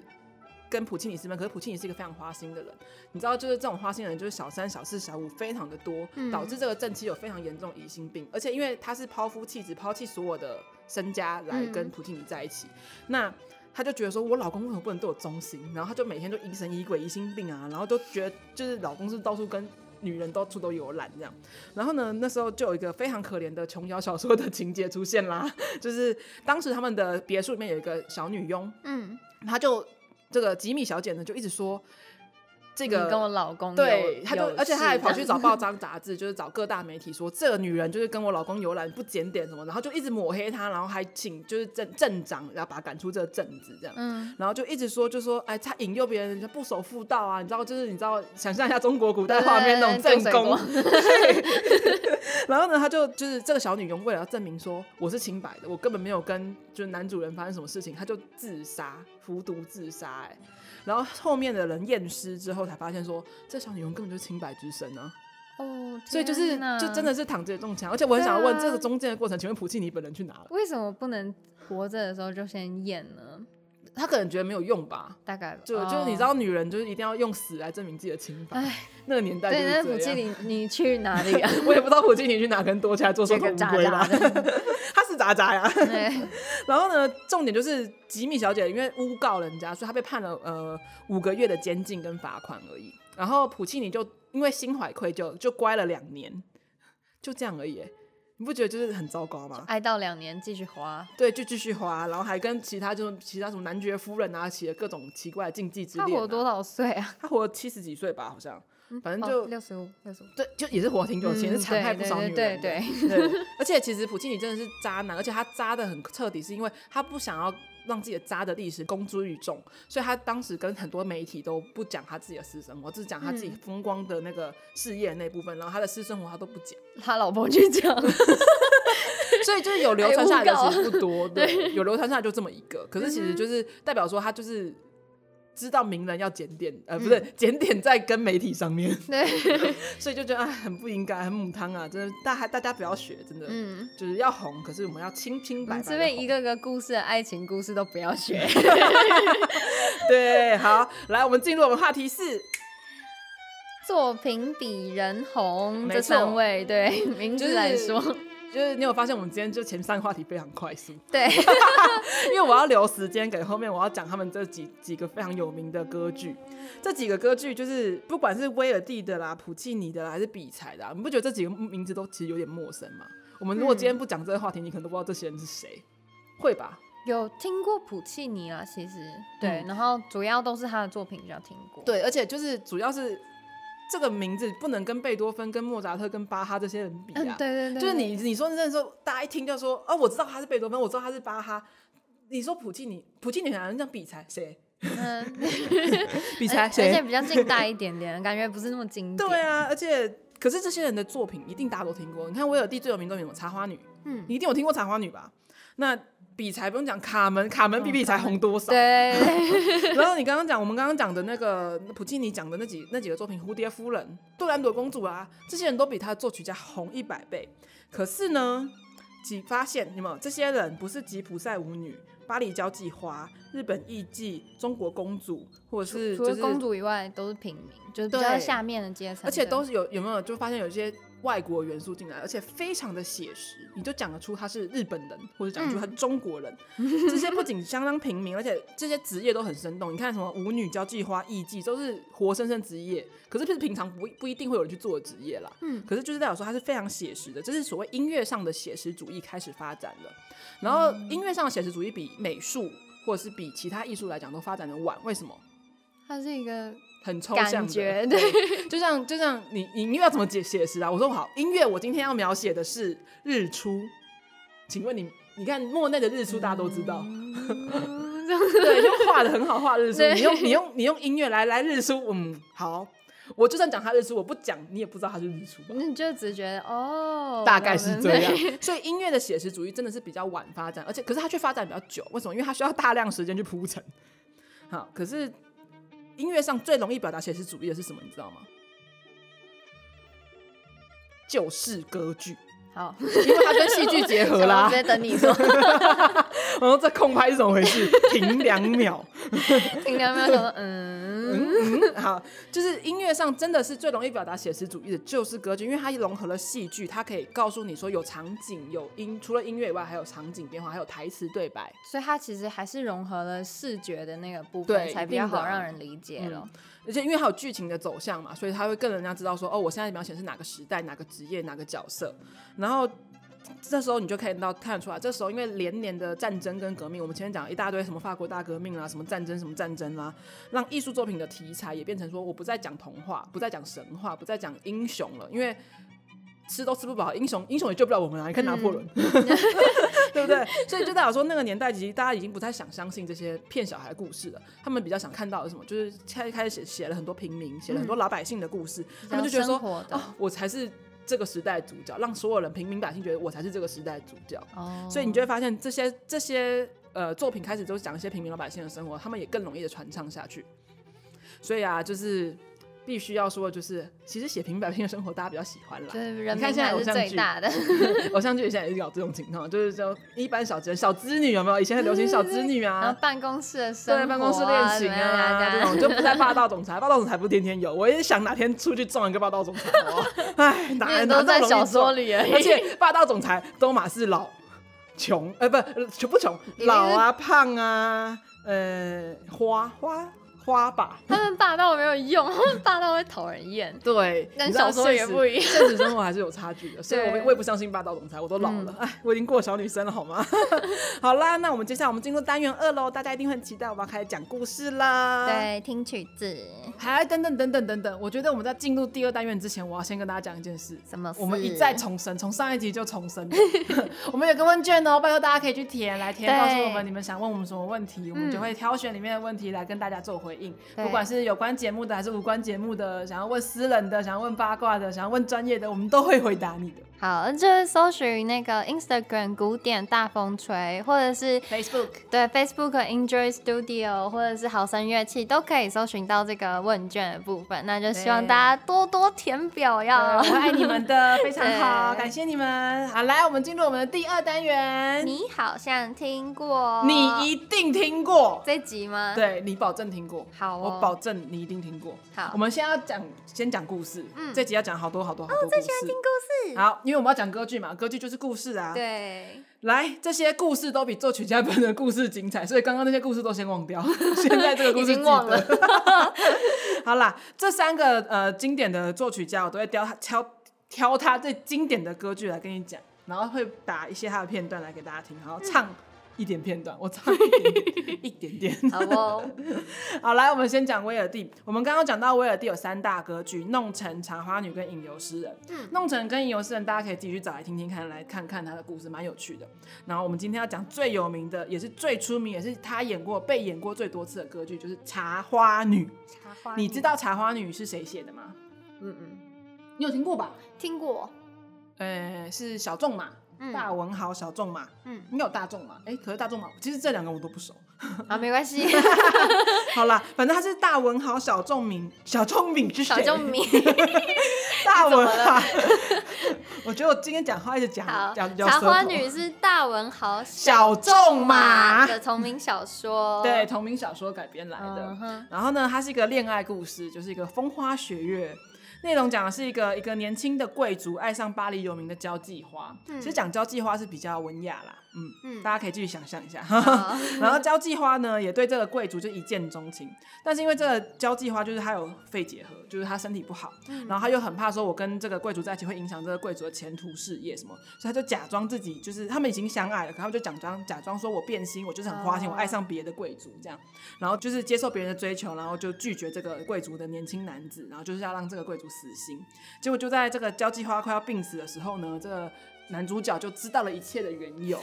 Speaker 4: 跟普契尼私奔，可是普契尼是一个非常花心的人，你知道，就是这种花心的人，就是小三、小四、小五非常的多，
Speaker 2: 嗯
Speaker 4: 导致这个正妻有非常严重的疑心病，而且因为她是抛夫弃子，抛弃所有的身家来跟
Speaker 2: 嗯
Speaker 4: 普契尼在一起，那。她就觉得说，我老公为什么不能对我忠心？然后她就每天就疑神疑鬼、疑心病啊，然后都觉得就是老公是到处跟女人到处都有染这样。然后呢，那时候就有一个非常可怜的琼瑶小说的情节出现啦，就是当时他们的别墅里面有一个小女佣，
Speaker 2: 嗯，
Speaker 4: 她就这个吉米小姐呢就一直说这
Speaker 2: 你跟
Speaker 4: 个。
Speaker 2: 我老公
Speaker 4: 对，
Speaker 2: 有
Speaker 4: 她就
Speaker 2: 有
Speaker 4: 而且她还
Speaker 2: 事
Speaker 4: 跑去
Speaker 2: *laughs*
Speaker 4: 找报章杂志，就是找各大媒体说这个女人就是跟我老公有染不检点什么，然后就一直抹黑她，然后还请就是镇镇长，然后把她赶出这个镇子这样。
Speaker 2: 嗯，
Speaker 4: 然后就一直说，就说哎，他引诱别人，就不守妇道啊，你知道，就是你知道，想象一下中国古代画面那种
Speaker 2: 对对
Speaker 4: 正
Speaker 2: 对
Speaker 4: 宫。 *laughs* 然后呢，他就就是这个小女佣为了要证明说我是清白的，我根本没有跟就是男主人发生什么事情，她就自杀，服毒自杀、哎，然后后面的人验尸之后才发现说，这小女佣根本就是清白之身啊，
Speaker 2: 哦，
Speaker 4: *laughs* 所以就是
Speaker 2: 天哪
Speaker 4: 就真的是躺着也中枪。而且我很想问，
Speaker 2: 对啊
Speaker 4: 这个中间的过程，请问普契尼本人去哪了？
Speaker 2: 为什么不能活着的时候就先验呢？
Speaker 4: 他可能觉得没有用吧。
Speaker 2: 大概哦吧
Speaker 4: 就就是你知，道，女人就是一定要用死来证明自己的清白
Speaker 2: 哎。
Speaker 4: 那个年
Speaker 2: 哦
Speaker 4: 代
Speaker 2: 对，那
Speaker 4: 就是
Speaker 2: 普
Speaker 4: 这
Speaker 2: 契
Speaker 4: 样。
Speaker 2: 尼，你去哪里啊？
Speaker 4: *laughs* 我也不知道普契尼去哪跟多起来做
Speaker 2: *laughs* 这
Speaker 4: 双头 *laughs*
Speaker 2: 个
Speaker 4: 乌
Speaker 2: 渣
Speaker 4: 龟啦
Speaker 2: 渣，
Speaker 4: *laughs*
Speaker 2: 的，
Speaker 4: 他是渣渣呀。
Speaker 2: 对，
Speaker 4: 然后呢，重点就是吉米小姐因为诬告人家，所以她被判了呃五个月的监禁跟罚款而已。然后普契尼就因为心怀愧疚，就乖了两年，就这样而已耶。你不觉得就是很糟糕
Speaker 2: *laughs*
Speaker 4: 吗？
Speaker 2: 爱到两年继续花，
Speaker 4: 对，就继续花，然后还跟其他就是其他什么男爵夫人啊起了各种奇怪的禁忌之
Speaker 2: 他
Speaker 4: 恋、
Speaker 2: 活多嗯哦
Speaker 4: 啊。
Speaker 2: 少岁啊？
Speaker 4: 他活七十几岁吧，好像，反正就、
Speaker 2: 六十五，六十五。
Speaker 4: 对，就也是活挺久，其实
Speaker 2: 嗯
Speaker 4: 残害
Speaker 2: 对
Speaker 4: 不少女
Speaker 2: 对
Speaker 4: 人的。
Speaker 2: 对对
Speaker 4: 对， *laughs* 而且其实普契尼真的是渣男，而且他渣的很彻底，是因为他不想要让自己的渣的历史公诸于众，所以他当时跟很多媒体都不讲他自己的私生活，只讲他自己风光的那个事业那部分，然后他的私生活他都不讲，
Speaker 2: 他老婆去讲，
Speaker 4: *laughs* 所以就是有流传下来的其哎实不 *laughs* 多，对，嗯有流传下来就这么一个，可是其实就是代表说他就是。知道名人要检点，呃，不是检点在跟媒体上面，
Speaker 2: 对，
Speaker 4: 所以就觉得哎，很不应该，很母汤啊！真的，大家大家不要学，真的。 *laughs*
Speaker 2: 嗯，
Speaker 4: 就是要红，可是我们要清清
Speaker 2: 我
Speaker 4: 白
Speaker 2: 们
Speaker 4: 白。
Speaker 2: 这边一，个个故事的爱情故事都不要
Speaker 4: *laughs*
Speaker 2: 学，
Speaker 4: 对，好，来，我们进入我们话题四，
Speaker 2: 作品比人红，
Speaker 4: 没
Speaker 2: 这
Speaker 4: 错
Speaker 2: 三位对名
Speaker 4: 就
Speaker 2: 字
Speaker 4: 是 *laughs*
Speaker 2: 来说，
Speaker 4: 就是你有发现我们今天就前三个话题非常快速，
Speaker 2: 对，
Speaker 4: 因为我要留时间给后面我要讲他们这几几个非常有名的歌剧，这几个歌剧就是不管是威尔第的啦、普契尼的啦，还是比才的啦，你不觉得这几个名字都其实有点陌生吗？我们如
Speaker 2: 嗯
Speaker 4: 果今天不讲这个话题，你可能都不知道这些人是谁，会吧？
Speaker 2: 有听过普契尼啦，其实对，
Speaker 4: 嗯
Speaker 2: 然后主要都是他的作品比较听过，
Speaker 4: 对，而且就是主要是这个名字不能跟贝多芬、跟莫扎特、跟巴哈这些人比啊。
Speaker 2: 嗯，对对对，
Speaker 4: 就是
Speaker 2: 对
Speaker 4: 你你说真的时候，大家一听就说哦，我知道他是贝多芬，我知道他是巴哈。你说普契尼，普契尼好像像比才谁？
Speaker 2: 嗯，
Speaker 4: *laughs* 比
Speaker 2: 而
Speaker 4: *laughs*
Speaker 2: 而且？比较近代一点点，感觉不是那么经典，
Speaker 4: 对啊，而且可是这些人的作品一定大家都听过。你看威尔第最有名的作品什么《茶花女》，
Speaker 2: 嗯，
Speaker 4: 你一定有听过《茶花女》吧？那比才不用讲，卡门卡门比比才红多少？
Speaker 2: 嗯对对
Speaker 4: *laughs*
Speaker 2: 对
Speaker 4: 然后你刚刚讲，我们刚刚讲的那个普契尼讲的那几那几个作品，《蝴蝶夫人》《杜兰朵公主》啊，这些人都比他的作曲家红一百倍。可是呢，几发现你们这些人不是吉普赛舞女、巴黎交际花、日本艺妓、中国公主，或者是
Speaker 2: 除
Speaker 4: 就
Speaker 2: 了
Speaker 4: 是
Speaker 2: 公主以外都是平民，就是比较
Speaker 4: 对
Speaker 2: 下面的阶层，
Speaker 4: 而且都
Speaker 2: 是
Speaker 4: 是有有没有就发现有一些外国元素进来，而且非常的写实，你就讲得出他是日本人，或者讲出他
Speaker 2: 嗯
Speaker 4: 是中国
Speaker 2: *laughs*
Speaker 4: 人。这些不仅相当平民，而且这些职业都很生动。你看什么舞女、交际花、艺妓，都是活生生职业，可是是平常不不一定会有人去做的职业啦。
Speaker 2: 嗯
Speaker 4: 可是就是代表说它是非常写实的，这是所谓音乐上的写实主义开始发展了。然后
Speaker 2: 嗯
Speaker 4: 音乐上的写实主义比美术或者是比其他艺术来讲都发展的晚，为什么？
Speaker 2: 它是一个
Speaker 4: 很抽象
Speaker 2: 感
Speaker 4: 的
Speaker 2: 觉，对，
Speaker 4: 对，就像就像你你音乐要怎么解写实啊？我说好，音乐我今天要描写的是日出，请问你你看莫内的日出大家都知道， *laughs*
Speaker 2: *laughs*
Speaker 4: 对，就画的很好，画日出，
Speaker 2: 嗯对
Speaker 4: 你用你用你用音乐来来日出，嗯，好，我就算讲它日出，我不讲你也不知道它是日出吧。
Speaker 2: 你就只觉得哦，
Speaker 4: 大概是这样
Speaker 2: 对，
Speaker 4: 所以音乐的写实主义真的是比较晚发展，而且可是它却发展比较久，为什么？因为它需要大量时间去铺陈。好，可是音乐上最容易表达写实主义的是什么？你知道吗？就是歌剧， *laughs*
Speaker 2: 好，
Speaker 4: 因为它跟戏剧结合啦
Speaker 2: *laughs*
Speaker 4: *laughs*
Speaker 2: 我。在等你说，
Speaker 4: 然后这空拍是怎么回事？停两秒。
Speaker 2: 听到没有？想说嗯，
Speaker 4: 嗯， *laughs* 好，就是音乐上真的是最容易表达写实主义的，就是歌剧，因为它融合了戏剧，它可以告诉你说有场景、有音，除了音乐以外，还有场景变化，还有台词对白。
Speaker 2: 所以它其实还是融合了视觉的那个部分，
Speaker 4: 对
Speaker 2: 才比
Speaker 4: 一
Speaker 2: 较
Speaker 4: 定的啊
Speaker 2: 好让人理解了。
Speaker 4: 而且因为它有剧情的走向嘛，所以它会更人家知道说，哦，我现在描写的是哪个时代、哪个职业、哪个角色。然后这时候你就看到看得出来，这时候因为连年的战争跟革命，我们前面讲了一大堆什么法国大革命啦、啊什么战争、什么战争啦，让艺术作品的题材也变成说，我不再讲童话，不再讲神话，不再讲英雄了，因为。吃都吃不饱，英雄英雄也救不了我们啊！你看拿破仑， *laughs* 对不对？所以就代表说，那个年代其实大家已经不太想相信这些骗小孩的故事了，他们比较想看到的是什么？就是开开始写写了很多平民，写了很多老百姓的故事，嗯他们就觉得
Speaker 2: 嗯比较生
Speaker 4: 说，
Speaker 2: 活的
Speaker 4: 哦，我才是这个时代的主角，让所有人平民百姓觉得我才是这个时代的主角。
Speaker 2: 哦，
Speaker 4: 所以你就会发现这些这些呃作品开始都讲一些平民老百姓的生活，他们也更容易的传唱下去。所以啊，就是必须要说的就是，其实写平民百姓的生活大家比较喜欢啦
Speaker 2: 就。是人
Speaker 4: 你看
Speaker 2: 民
Speaker 4: 现在
Speaker 2: 才
Speaker 4: 偶
Speaker 2: 是
Speaker 4: 像剧
Speaker 2: 最大的，
Speaker 4: *laughs* 偶像剧现在也是搞这种情况，就是说一般小侄小织女有没有？以前很流行小织女
Speaker 2: 然
Speaker 4: 啊
Speaker 2: 后。办公室的嗯生活、
Speaker 4: 对，
Speaker 2: 啊，
Speaker 4: 办公室恋情
Speaker 2: 怎么样啊，
Speaker 4: 啊，这种就不在霸道总裁，霸 *laughs* 道总裁不是天天有。我也想哪天出去撞一个霸道总裁
Speaker 2: *laughs*
Speaker 4: 哦，哎，哪
Speaker 2: 因为
Speaker 4: 哪那
Speaker 2: 都
Speaker 4: 么
Speaker 2: 在
Speaker 4: 容易
Speaker 2: 小
Speaker 4: 撞
Speaker 2: 说里而
Speaker 4: *laughs*
Speaker 2: 已，
Speaker 4: 而且霸道总裁都马是老穷，呃，不呃穷不穷，
Speaker 2: 定是
Speaker 4: 老啊胖啊，呃花花花吧。
Speaker 2: 他们霸道没有用，他们霸道会讨人厌。
Speaker 4: 对，
Speaker 2: 但
Speaker 4: 你知道
Speaker 2: 小说也
Speaker 4: 现实
Speaker 2: 不一样
Speaker 4: *laughs* 现实生活还是有差距的，所以我
Speaker 2: 对嗯
Speaker 4: 我也不相信霸道总裁，我都老了，哎、我已经过小女生了，好吗？ *laughs* 好啦，那我们接下来我们进入单元二喽，大家一定很期待，我们要开始讲故事啦。，
Speaker 2: 对，听曲子，
Speaker 4: 还等等等等等等，我觉得我们在进入第二单元之前，我要先跟大家讲一件事，
Speaker 2: 什么事
Speaker 4: 我们一再重申，从上一集就重申
Speaker 2: *laughs*
Speaker 4: 了。我们有个问卷哦，拜托大家可以去填，来填
Speaker 2: 对
Speaker 4: 告诉我们你们想问我们什么问题，我们
Speaker 2: 嗯
Speaker 4: 就会挑选里面的问题来跟大家做回应。
Speaker 2: 对
Speaker 4: 不管是有关节目的还是无关节目的，想要问私人的，想要问八卦的，想要问专业的，我们都会回答你的。
Speaker 2: 好，那就是搜寻那个 Instagram 古典大风吹，或者是
Speaker 4: Facebook
Speaker 2: 对 Facebook Enjoy Studio，或者是好声乐器，都可以搜寻到这个问卷的部分。那就希望
Speaker 4: 对
Speaker 2: 大家多多填表
Speaker 4: 呃，
Speaker 2: 要
Speaker 4: 我。爱你们
Speaker 2: *laughs*
Speaker 4: 的，非常好，
Speaker 2: 哦对
Speaker 4: 感谢你们。好，来，我们进入我们的第二单元。
Speaker 2: *laughs* 你好像听过，
Speaker 4: 你一定听过，
Speaker 2: 这集吗？，
Speaker 4: 对你保证听过。
Speaker 2: 好哦，
Speaker 4: 我保证你一定听过。
Speaker 2: 好
Speaker 4: 我们先要讲，先讲故事。
Speaker 2: 嗯哦
Speaker 4: 这集要讲好多好多好多故事。
Speaker 2: 听故事。
Speaker 4: 好，因为我们要讲歌剧嘛，歌剧就是故事啊。，
Speaker 2: 对，
Speaker 4: 来，这些故事都比作曲家本的故事精彩，所以刚刚那些故事都先忘
Speaker 2: *laughs*
Speaker 4: 掉，现在这个故事记
Speaker 2: 已经忘
Speaker 4: 得 *laughs*
Speaker 2: 了。
Speaker 4: 好啦，这三个呃经典的作曲家，我都会挑他挑挑他最经典的歌剧来跟你讲，然后会打一些他的片段来给大家听，然
Speaker 2: 嗯
Speaker 4: 后唱一点片段，我唱一点
Speaker 2: *laughs*
Speaker 4: 点一点点。
Speaker 2: 好 *laughs* 哦，
Speaker 4: 好，来，我们先讲威尔第。我们刚刚讲到威尔第有三大歌剧：《弄臣》《茶花女》跟《引游诗人》。弄臣》跟《引游诗人》，大家可以自己去找来听听看，来看看他的故事，蛮有趣的。然后我们今天要讲最有名的，也是最出名，也是他演过、被演过最多次的歌剧，就是《茶花女》。
Speaker 2: 茶花
Speaker 4: 你知？道《茶花女》是谁写的吗？
Speaker 2: 嗯嗯，
Speaker 4: 你有听过吧？
Speaker 2: 听过。
Speaker 4: 呃，是小仲马、
Speaker 2: 嗯
Speaker 4: 大文豪小仲马，
Speaker 2: 嗯，
Speaker 4: 应该有大仲马。哎，可是大仲马，其实这两个我都不熟。
Speaker 2: 好，没
Speaker 4: *laughs*
Speaker 2: 关系。
Speaker 4: 好啦，反正他是大文豪小仲明，小仲明是谁？*laughs*
Speaker 2: 小仲明，
Speaker 4: 大文豪。 *laughs* 我觉得我今天讲话一直讲
Speaker 2: 好，
Speaker 4: 讲
Speaker 2: 茶花女是大文豪
Speaker 4: 小仲马
Speaker 2: 马的同名小说。
Speaker 4: 对，同名小说改编来的。
Speaker 2: 嗯哼，
Speaker 4: 然后呢，它是一个恋爱故事，就是一个风花雪月，内容讲的是一个一个年轻的贵族爱上巴黎有名的交际花，其实讲交际花是比较文雅啦，嗯，
Speaker 2: 嗯
Speaker 4: 大家可以继续想象一下。 *laughs*
Speaker 2: 好
Speaker 4: 然后交际花呢，也对这个贵族就一见钟情，但是因为这个交际花就是她有肺结核，就是她身体不好，然后她又很怕说我跟这个贵族在一起会影响这个贵族的前途事业什么，所以她就假装自己就是他们已经相爱了，可他们就假装假装说我变心，我就是很花心，
Speaker 2: 哦
Speaker 4: 我爱上别的贵族这样，然后就是接受别人的追求，然后就拒绝这个贵族的年轻男子，然后就是要让这个贵族死心。结果就在这个交际花快要病死的时候呢，这个男主角就知道了一切的缘由。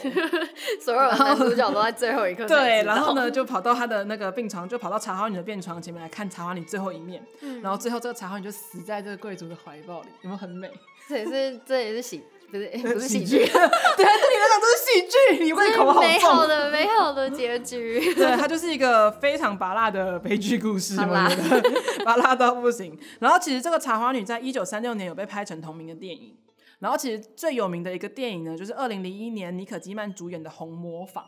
Speaker 2: 所有的男主角都在最后一刻才
Speaker 4: 对，
Speaker 2: 知道
Speaker 4: 然后呢，就跑到他的那个病床，就跑到茶花女的病床前面来看茶花女最后一面，
Speaker 2: 嗯
Speaker 4: 然后最后这个茶花女就死在这个贵族的怀抱里，有没有很美？
Speaker 2: 这也是这也是喜
Speaker 4: *laughs*
Speaker 2: 不是不是喜
Speaker 4: 对，对
Speaker 2: 剧
Speaker 4: 你，来讲这是喜剧，你
Speaker 2: 这
Speaker 4: 胃 *laughs* 口
Speaker 2: 是
Speaker 4: 好
Speaker 2: 美好
Speaker 4: 重。
Speaker 2: 的美好的结
Speaker 4: *laughs*
Speaker 2: 局。
Speaker 4: 对，它就是一个非常拔辣的悲剧故事，
Speaker 2: 好啦
Speaker 4: 我觉得拔辣到不行。然后其实这个《茶花女》在一九三六年有被拍成同名的电影，然后其实最有名的一个电影呢，就是二零零一年尼可基曼主演的《红魔坊》，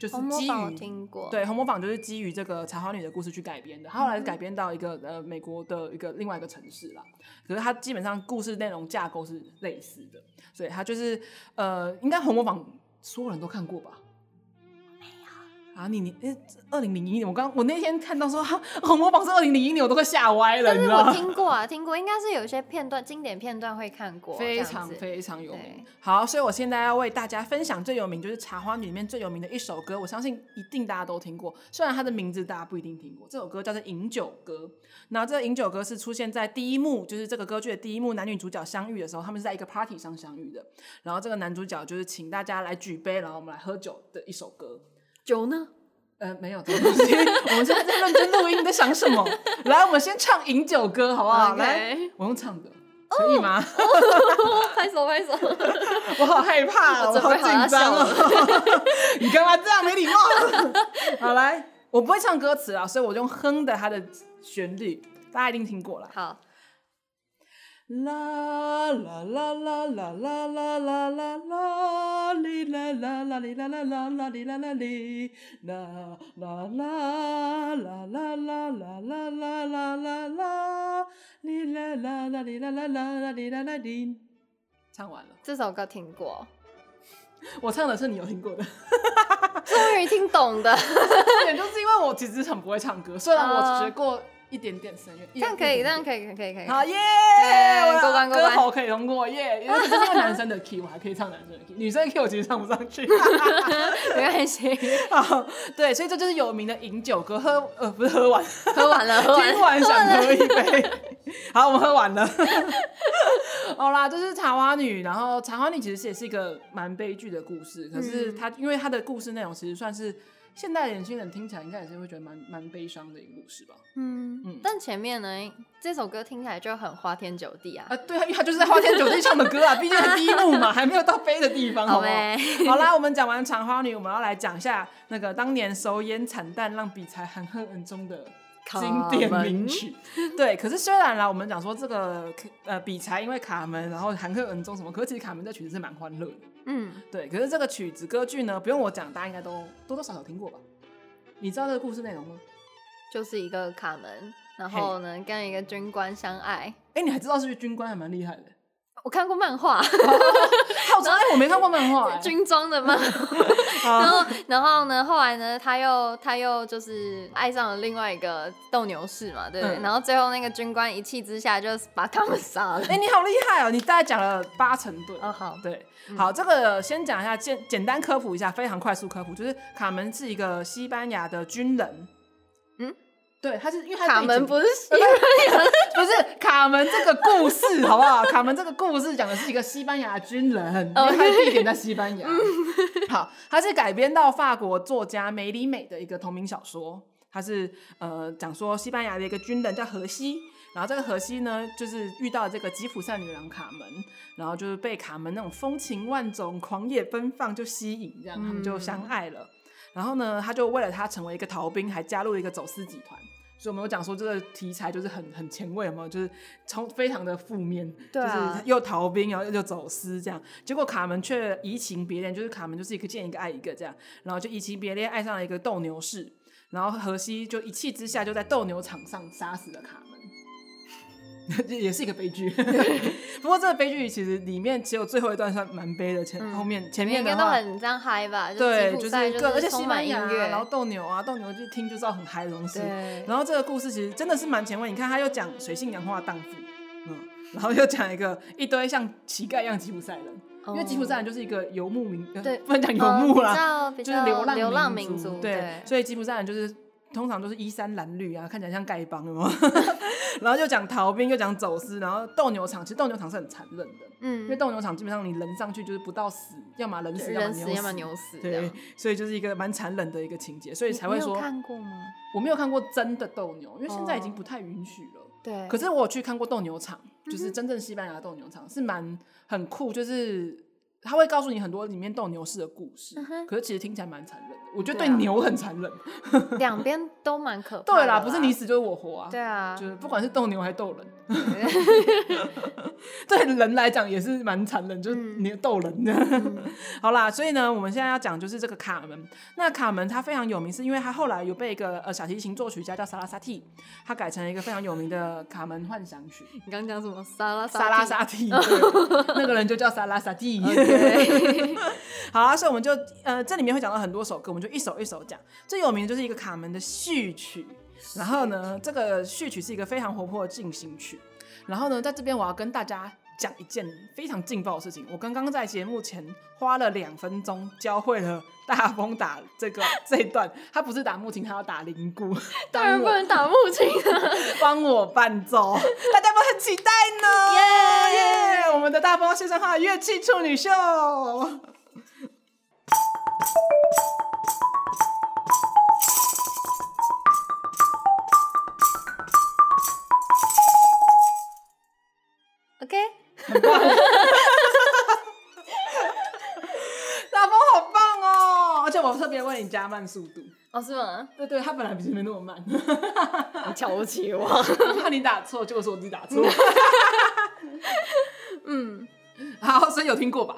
Speaker 4: 就是
Speaker 2: 红魔
Speaker 4: 基
Speaker 2: 法我
Speaker 4: 于
Speaker 2: 听过，
Speaker 4: 对，《红魔坊》就是基于这个茶花女的故事去改编的，它后来是改编到一个呃美国的一个另外一个城市啦。可是它基本上故事内容架构是类似的，所以它就是呃，应该《红魔坊》所有人都看过吧？啊，你你二零零一年，我刚我那天看到说哈《红魔坊》是二零零一年，我都快吓歪了，
Speaker 2: 但
Speaker 4: 你知
Speaker 2: 是
Speaker 4: 道
Speaker 2: 我
Speaker 4: 吗？
Speaker 2: 听过啊，听过，应该是有一些片段经典片段会看过，
Speaker 4: 非
Speaker 2: 这样
Speaker 4: 常
Speaker 2: 子
Speaker 4: 非常有名
Speaker 2: 对。
Speaker 4: 好，所以我现在要为大家分享最有名就是《茶花女》里面最有名的一首歌，我相信一定大家都听过，虽然它的名字大家不一定听过。这首歌叫做《饮酒歌》，那这个《饮酒歌》是出现在第一幕，就是这个歌剧的第一幕，男女主角相遇的时候，他们是在一个 party 上相遇的。然后这个男主角就是请大家来举杯，然后我们来喝酒的一首歌。
Speaker 2: 酒呢？
Speaker 4: 呃，没有这个东西。我们现在在认真录音，你在想什么？来，我们先唱《饮酒歌》好不好
Speaker 2: OK
Speaker 4: 来，我用唱的，可以吗？
Speaker 2: *laughs* 拍手 *laughs* 拍手，
Speaker 4: *laughs* 我好害怕、哦，
Speaker 2: 我准备
Speaker 4: 好
Speaker 2: 好要
Speaker 4: 紧张哦！ *laughs* 你干嘛这样没礼貌？ *laughs* 好来，我不会唱歌词啊，所以我用哼的它的旋律，大家一定听过啦。
Speaker 2: 好，
Speaker 4: 啦啦啦啦啦啦啦啦啦啦哩啦啦啦哩啦啦啦啦哩啦啦哩啦啦啦啦啦啦啦啦啦啦啦啦哩啦啦啦哩啦啦啦啦哩啦啦哩。唱完了，
Speaker 2: 这首歌听过，
Speaker 4: 我唱的是你有听过的。
Speaker 2: 终于听
Speaker 4: *laughs*
Speaker 2: 懂的，
Speaker 4: 点就是因为我其实很不会唱歌，虽然我学过一点点声乐，一点
Speaker 2: 嗯这样可以，这
Speaker 4: 点
Speaker 2: 样可以，可以，可以。
Speaker 4: 好耶！
Speaker 2: 对
Speaker 4: 我
Speaker 2: 过关过
Speaker 4: 歌
Speaker 2: 关
Speaker 4: 喉可以通过耶，因为这是因为男生的 key，我还可以唱男生的 key，女生的 key 我其实唱不上去。 *laughs*
Speaker 2: 没关系，
Speaker 4: 好对，所以这就是有名的饮酒歌，喝呃不是喝完，
Speaker 2: 喝完
Speaker 4: *laughs*
Speaker 2: 了，喝完
Speaker 4: 听
Speaker 2: 了，
Speaker 4: 完想喝一 *laughs* 杯。好，我们喝完了。 *laughs* 好啦，这是茶花女，然后茶花女其实也是一个蛮悲剧的故事，可是
Speaker 2: 嗯
Speaker 4: 她、因为她的故事内容其实算是现代年轻人听起来应该也是会觉得蛮蛮悲伤的一个故事吧。嗯
Speaker 2: 嗯，但前面呢，这首歌听起来就很花天酒地啊，
Speaker 4: 啊，对啊，因为她就是在花天酒地唱的歌 *laughs* 啊，毕竟是第一幕嘛，还没有到悲的地方，啊好哦欸
Speaker 2: 好
Speaker 4: 不好？*laughs*
Speaker 2: 呗，
Speaker 4: 好啦，我们讲完茶花女，我们要来讲一下那个当年手眼惨淡让比才含恨而终的经典名曲。对，可是虽然啦，我们讲说这个呃比才因为卡门，然后含恨而终什么，可是其实卡门这曲子是蛮欢乐的。
Speaker 2: 嗯，
Speaker 4: 对，可是这个曲子歌剧呢，不用我讲，大家应该都多多少少听过吧？你知道这个故事内容吗？
Speaker 2: 就是一个卡门，然后呢跟一个军官相爱，
Speaker 4: 哎、你还知道是军官还蛮厉害的，
Speaker 2: 我看过漫画，
Speaker 4: 哦好长哎、我没看过漫画、哎
Speaker 2: 军装的漫画。
Speaker 4: *laughs*
Speaker 2: 然后，然后呢？后来呢？他又，他又就是爱上了另外一个斗牛士嘛，对不对？
Speaker 4: 嗯
Speaker 2: 然后最后那个军官一气之下，就是把他们杀了。
Speaker 4: 哎、你好厉害哦！你大概讲了八成对
Speaker 2: 哦，好，
Speaker 4: 对，好，这个先讲一下，简简单科普一下，非常快速科普，就是卡门是一个西班牙的军人。
Speaker 2: 嗯，
Speaker 4: 对，他是因为他
Speaker 2: 卡
Speaker 4: 背
Speaker 2: 门
Speaker 4: 景
Speaker 2: 不是西
Speaker 4: *laughs* 不是卡门这个故事，好不好？卡门这个故事讲的是一个西班牙军人，因为他的地点在西班牙。好，它是改编到法国作家梅里美的一个同名小说，它是呃讲说西班牙的一个军人叫荷西。然后这个荷西呢，就是遇到这个吉普赛女郎卡门，然后就是被卡门那种风情万种、狂野奔放就吸引，这样他们
Speaker 2: 嗯
Speaker 4: 就相爱了。然后呢，他就为了他成为一个逃兵，还加入了一个走私集团。所以我们有讲说这个题材就是很很前卫，有没有？就是从非常的负面，
Speaker 2: 对啊
Speaker 4: 就是又逃兵，然后又走私这样。结果卡门却移情别恋，就是卡门就是一个见一个爱一个这样，然后就移情别恋爱上了一个斗牛士，然后荷西就一气之下就在斗牛场上杀死了卡门。 *laughs* 也也是一个悲剧。不过这个悲剧其实里面只有最后一段算蛮悲的，前、
Speaker 2: 嗯
Speaker 4: 后面前面
Speaker 2: 应
Speaker 4: 的
Speaker 2: 该都
Speaker 4: 话，
Speaker 2: 很这样嗨吧？就
Speaker 4: 对，
Speaker 2: 吉
Speaker 4: 就
Speaker 2: 普
Speaker 4: 是
Speaker 2: 赛
Speaker 4: 各而且西
Speaker 2: 充满
Speaker 4: 班
Speaker 2: 音
Speaker 4: 牙啊、
Speaker 2: 乐，
Speaker 4: 然后斗牛啊，斗牛就听就知道很嗨的东西。
Speaker 2: 对，
Speaker 4: 然后这个故事其实真的是蛮前卫，你看他又讲水性杨花荡妇，嗯，然后又讲一个一堆像乞丐一样吉普赛人，因为吉普赛人就是一个游牧民，呃
Speaker 2: 哦对
Speaker 4: 不能讲游
Speaker 2: 哦
Speaker 4: 牧啦，
Speaker 2: 比
Speaker 4: 啊就是
Speaker 2: 较比较
Speaker 4: 流浪
Speaker 2: 流浪
Speaker 4: 民
Speaker 2: 民
Speaker 4: 族，
Speaker 2: 对，
Speaker 4: 所以吉普赛人就是通常都是衣衫褴褛啊，看起来像丐帮，有没
Speaker 2: *laughs*
Speaker 4: 有然后又讲逃兵，又讲走私，然后斗牛场，其实斗牛场是很残忍的，因为
Speaker 2: 嗯，
Speaker 4: 斗牛场基本上你人上去就是不到死，要么人死，
Speaker 2: 人
Speaker 4: 死，
Speaker 2: 死要么。牛死，这
Speaker 4: 对
Speaker 2: 样，
Speaker 4: 所以就是一个蛮残忍的一个情节，所以
Speaker 2: 你
Speaker 4: 才
Speaker 2: 你
Speaker 4: 会
Speaker 2: 有
Speaker 4: 说
Speaker 2: 看过吗？
Speaker 4: 我没有看过真的斗牛，因为现在已经
Speaker 2: 哦
Speaker 4: 不太允许了。
Speaker 2: 对，
Speaker 4: 可是我有去看过斗牛场，就是真正西班牙的斗牛场是蛮很酷，就是他会告诉你很多里面斗牛士的故事。可是其实听起来蛮残忍的，我觉得对
Speaker 2: 对啊
Speaker 4: 牛很残忍。
Speaker 2: 两边都蛮可怕的。
Speaker 4: 对啦，不是你，死就是我活啊。
Speaker 2: 对啊
Speaker 4: 就，是不管是斗牛还是斗人， *laughs* 对人来讲也是蛮残忍，就是你斗人的。 *laughs* 好啦，所以呢，我们现在要讲就是这个卡门。那卡门他非常有名，是因为他后来有被一个呃小提琴作曲家叫萨拉萨蒂，他改成了一个非常有名的卡门幻想曲。
Speaker 2: 你刚讲什么？沙拉
Speaker 4: 萨拉
Speaker 2: 蒂，
Speaker 4: 萨蒂，对那个人就叫萨拉萨
Speaker 2: *laughs*
Speaker 4: 蒂。 *laughs* 好啊，所以我们就呃，这里面会讲到很多首歌，我们就一首一首讲。最有名的就是一个卡门的序曲，然后呢，这个序曲是一个非常活泼的进行曲。然后呢，在这边我要跟大家讲一件非常劲爆的事情。我刚刚在节目前花了两分钟教会了大风打这个这一段，他不是打木琴，他要打铃鼓，
Speaker 2: *laughs* 当然
Speaker 4: 帮
Speaker 2: 不
Speaker 4: 我
Speaker 2: 能打木琴啊！
Speaker 4: *laughs* 帮我伴奏，大家有没有很期待呢？耶我们的大风先生化乐器处女秀。
Speaker 2: *laughs* OK，
Speaker 4: 大风好棒哦！而且我特别为你加慢速度。
Speaker 2: 哦是吗？
Speaker 4: 对对，他本来其实没那么慢，
Speaker 2: 你瞧不起我？
Speaker 4: *laughs* 怕你打错，结果是我自己打错。
Speaker 2: *laughs* 嗯，
Speaker 4: 好，所以有听过吧？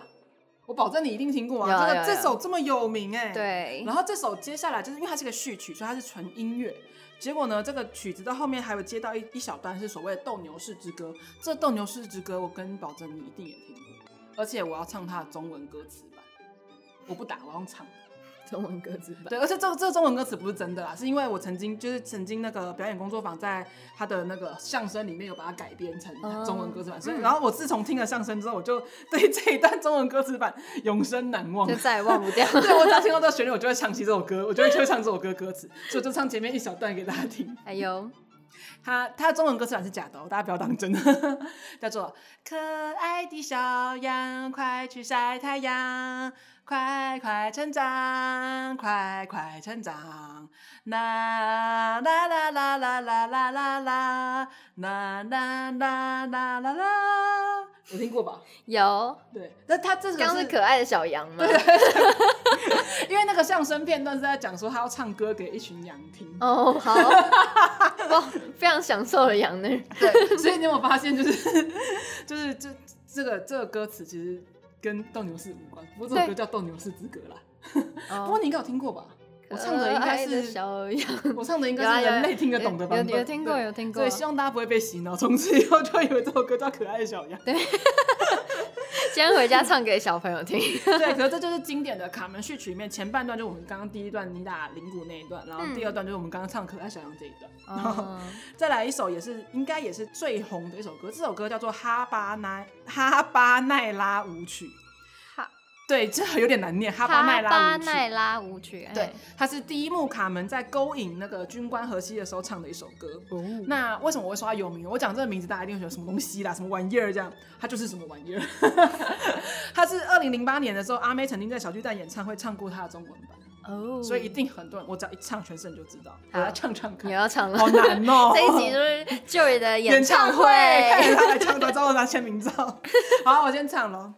Speaker 4: 我保证你一定听过
Speaker 2: 有
Speaker 4: 啊！这个
Speaker 2: 有
Speaker 4: 这
Speaker 2: 有
Speaker 4: 首这么有名哎、。
Speaker 2: 对，
Speaker 4: 然后这首接下来就是因为它是个序曲，所以它是纯音乐。结果呢，这个曲子到后面还有接到一一小段是所谓的斗牛士之歌。这斗牛士之歌，我跟你保证你一定也听过，而且我要唱它的中文歌词版，我不打，我要用唱的。
Speaker 2: 中文歌词版，
Speaker 4: 对，而且这这中文歌词不是真的啦，是因为我曾经就是曾经那个表演工作坊在他的那个相声里面有把它改编成
Speaker 2: 哦
Speaker 4: 中文歌词版，所以然后我自从听了相声之后，我就对这一段中文歌词版永生难忘
Speaker 2: 就。再也忘不掉。
Speaker 4: 对，我只要听到这个旋律，我就会唱起这首歌，我就会就会唱这首歌歌词，所以我就唱前面一小段给大家听。
Speaker 2: 哎呦，
Speaker 4: 他他的中文歌词版是假的、哦，大家不要当真。叫做“可爱的小羊，快去晒太阳，快快成长，快快成长，啦啦啦啦啦啦啦啦啦，啦啦啦啦啦啦”。有听过吧？
Speaker 2: 有，
Speaker 4: 对，那他这个
Speaker 2: 刚刚是可爱的小羊吗？
Speaker 4: 因为那个相声片段是在讲说他要唱歌给一群羊听。
Speaker 2: 哦，
Speaker 4: *laughs*
Speaker 2: 好，哇，非常享受了羊呢。
Speaker 4: 对， *laughs* 所以你有没有发现，就是就是这这个这个歌词其实跟斗牛士无关，不过这首歌
Speaker 2: 对
Speaker 4: 叫《斗牛士之歌》啦。不过
Speaker 2: 哦
Speaker 4: 你应该有听过吧？我
Speaker 2: 可呃
Speaker 4: 唱的应该
Speaker 2: 爱的
Speaker 4: 是
Speaker 2: 小羊，
Speaker 4: 我唱的应
Speaker 2: 有啊
Speaker 4: 该是
Speaker 2: 有啊
Speaker 4: 人类听得懂的
Speaker 2: 有
Speaker 4: 版本，
Speaker 2: 有有听过
Speaker 4: 对
Speaker 2: 有听过
Speaker 4: 所以希望大家不会被洗脑，从此以后就以为这首歌叫《可爱的
Speaker 2: *laughs*
Speaker 4: 小羊》。
Speaker 2: 今天回家唱给小朋友听。
Speaker 4: *laughs* 对，可是这就是经典的卡门序曲里面前半段，就我们刚刚第一段你打铃鼓那一段，然后
Speaker 2: 嗯
Speaker 4: 第二段就是我们刚刚唱《可爱小羊》这一段。
Speaker 2: 哦，
Speaker 4: 再来一首也是应该也是最红的一首歌，这首歌叫做《哈巴奈哈巴奈拉舞曲》。
Speaker 2: 哈
Speaker 4: 对，这有点难念，哈巴奈拉
Speaker 2: 哈巴
Speaker 4: 舞曲。
Speaker 2: 奈拉舞曲，
Speaker 4: 对
Speaker 2: 哎，
Speaker 4: 它是第一幕卡门在勾引那个军官荷西的时候唱的一首歌。
Speaker 2: 哦
Speaker 4: 那为什么我会说它有名？我讲这个名字，大家一定会觉得什么东西啦，什么玩意儿这样，它就是什么玩意儿。 *laughs* 它是二零零八年的时候，阿妹曾经在小巨蛋演唱会唱过它的中文版，
Speaker 2: 哦，
Speaker 4: 所以一定很多人，我只要一唱，全省就知道。我
Speaker 2: 好
Speaker 4: 来唱唱看
Speaker 2: 你，要唱了。
Speaker 4: 好难哦、
Speaker 2: *laughs* 这一集就是 Joy 的
Speaker 4: 演
Speaker 2: 唱
Speaker 4: 唱会，看 *laughs* 着他来唱歌之后拿签 *laughs* 名照。好，我先唱喽。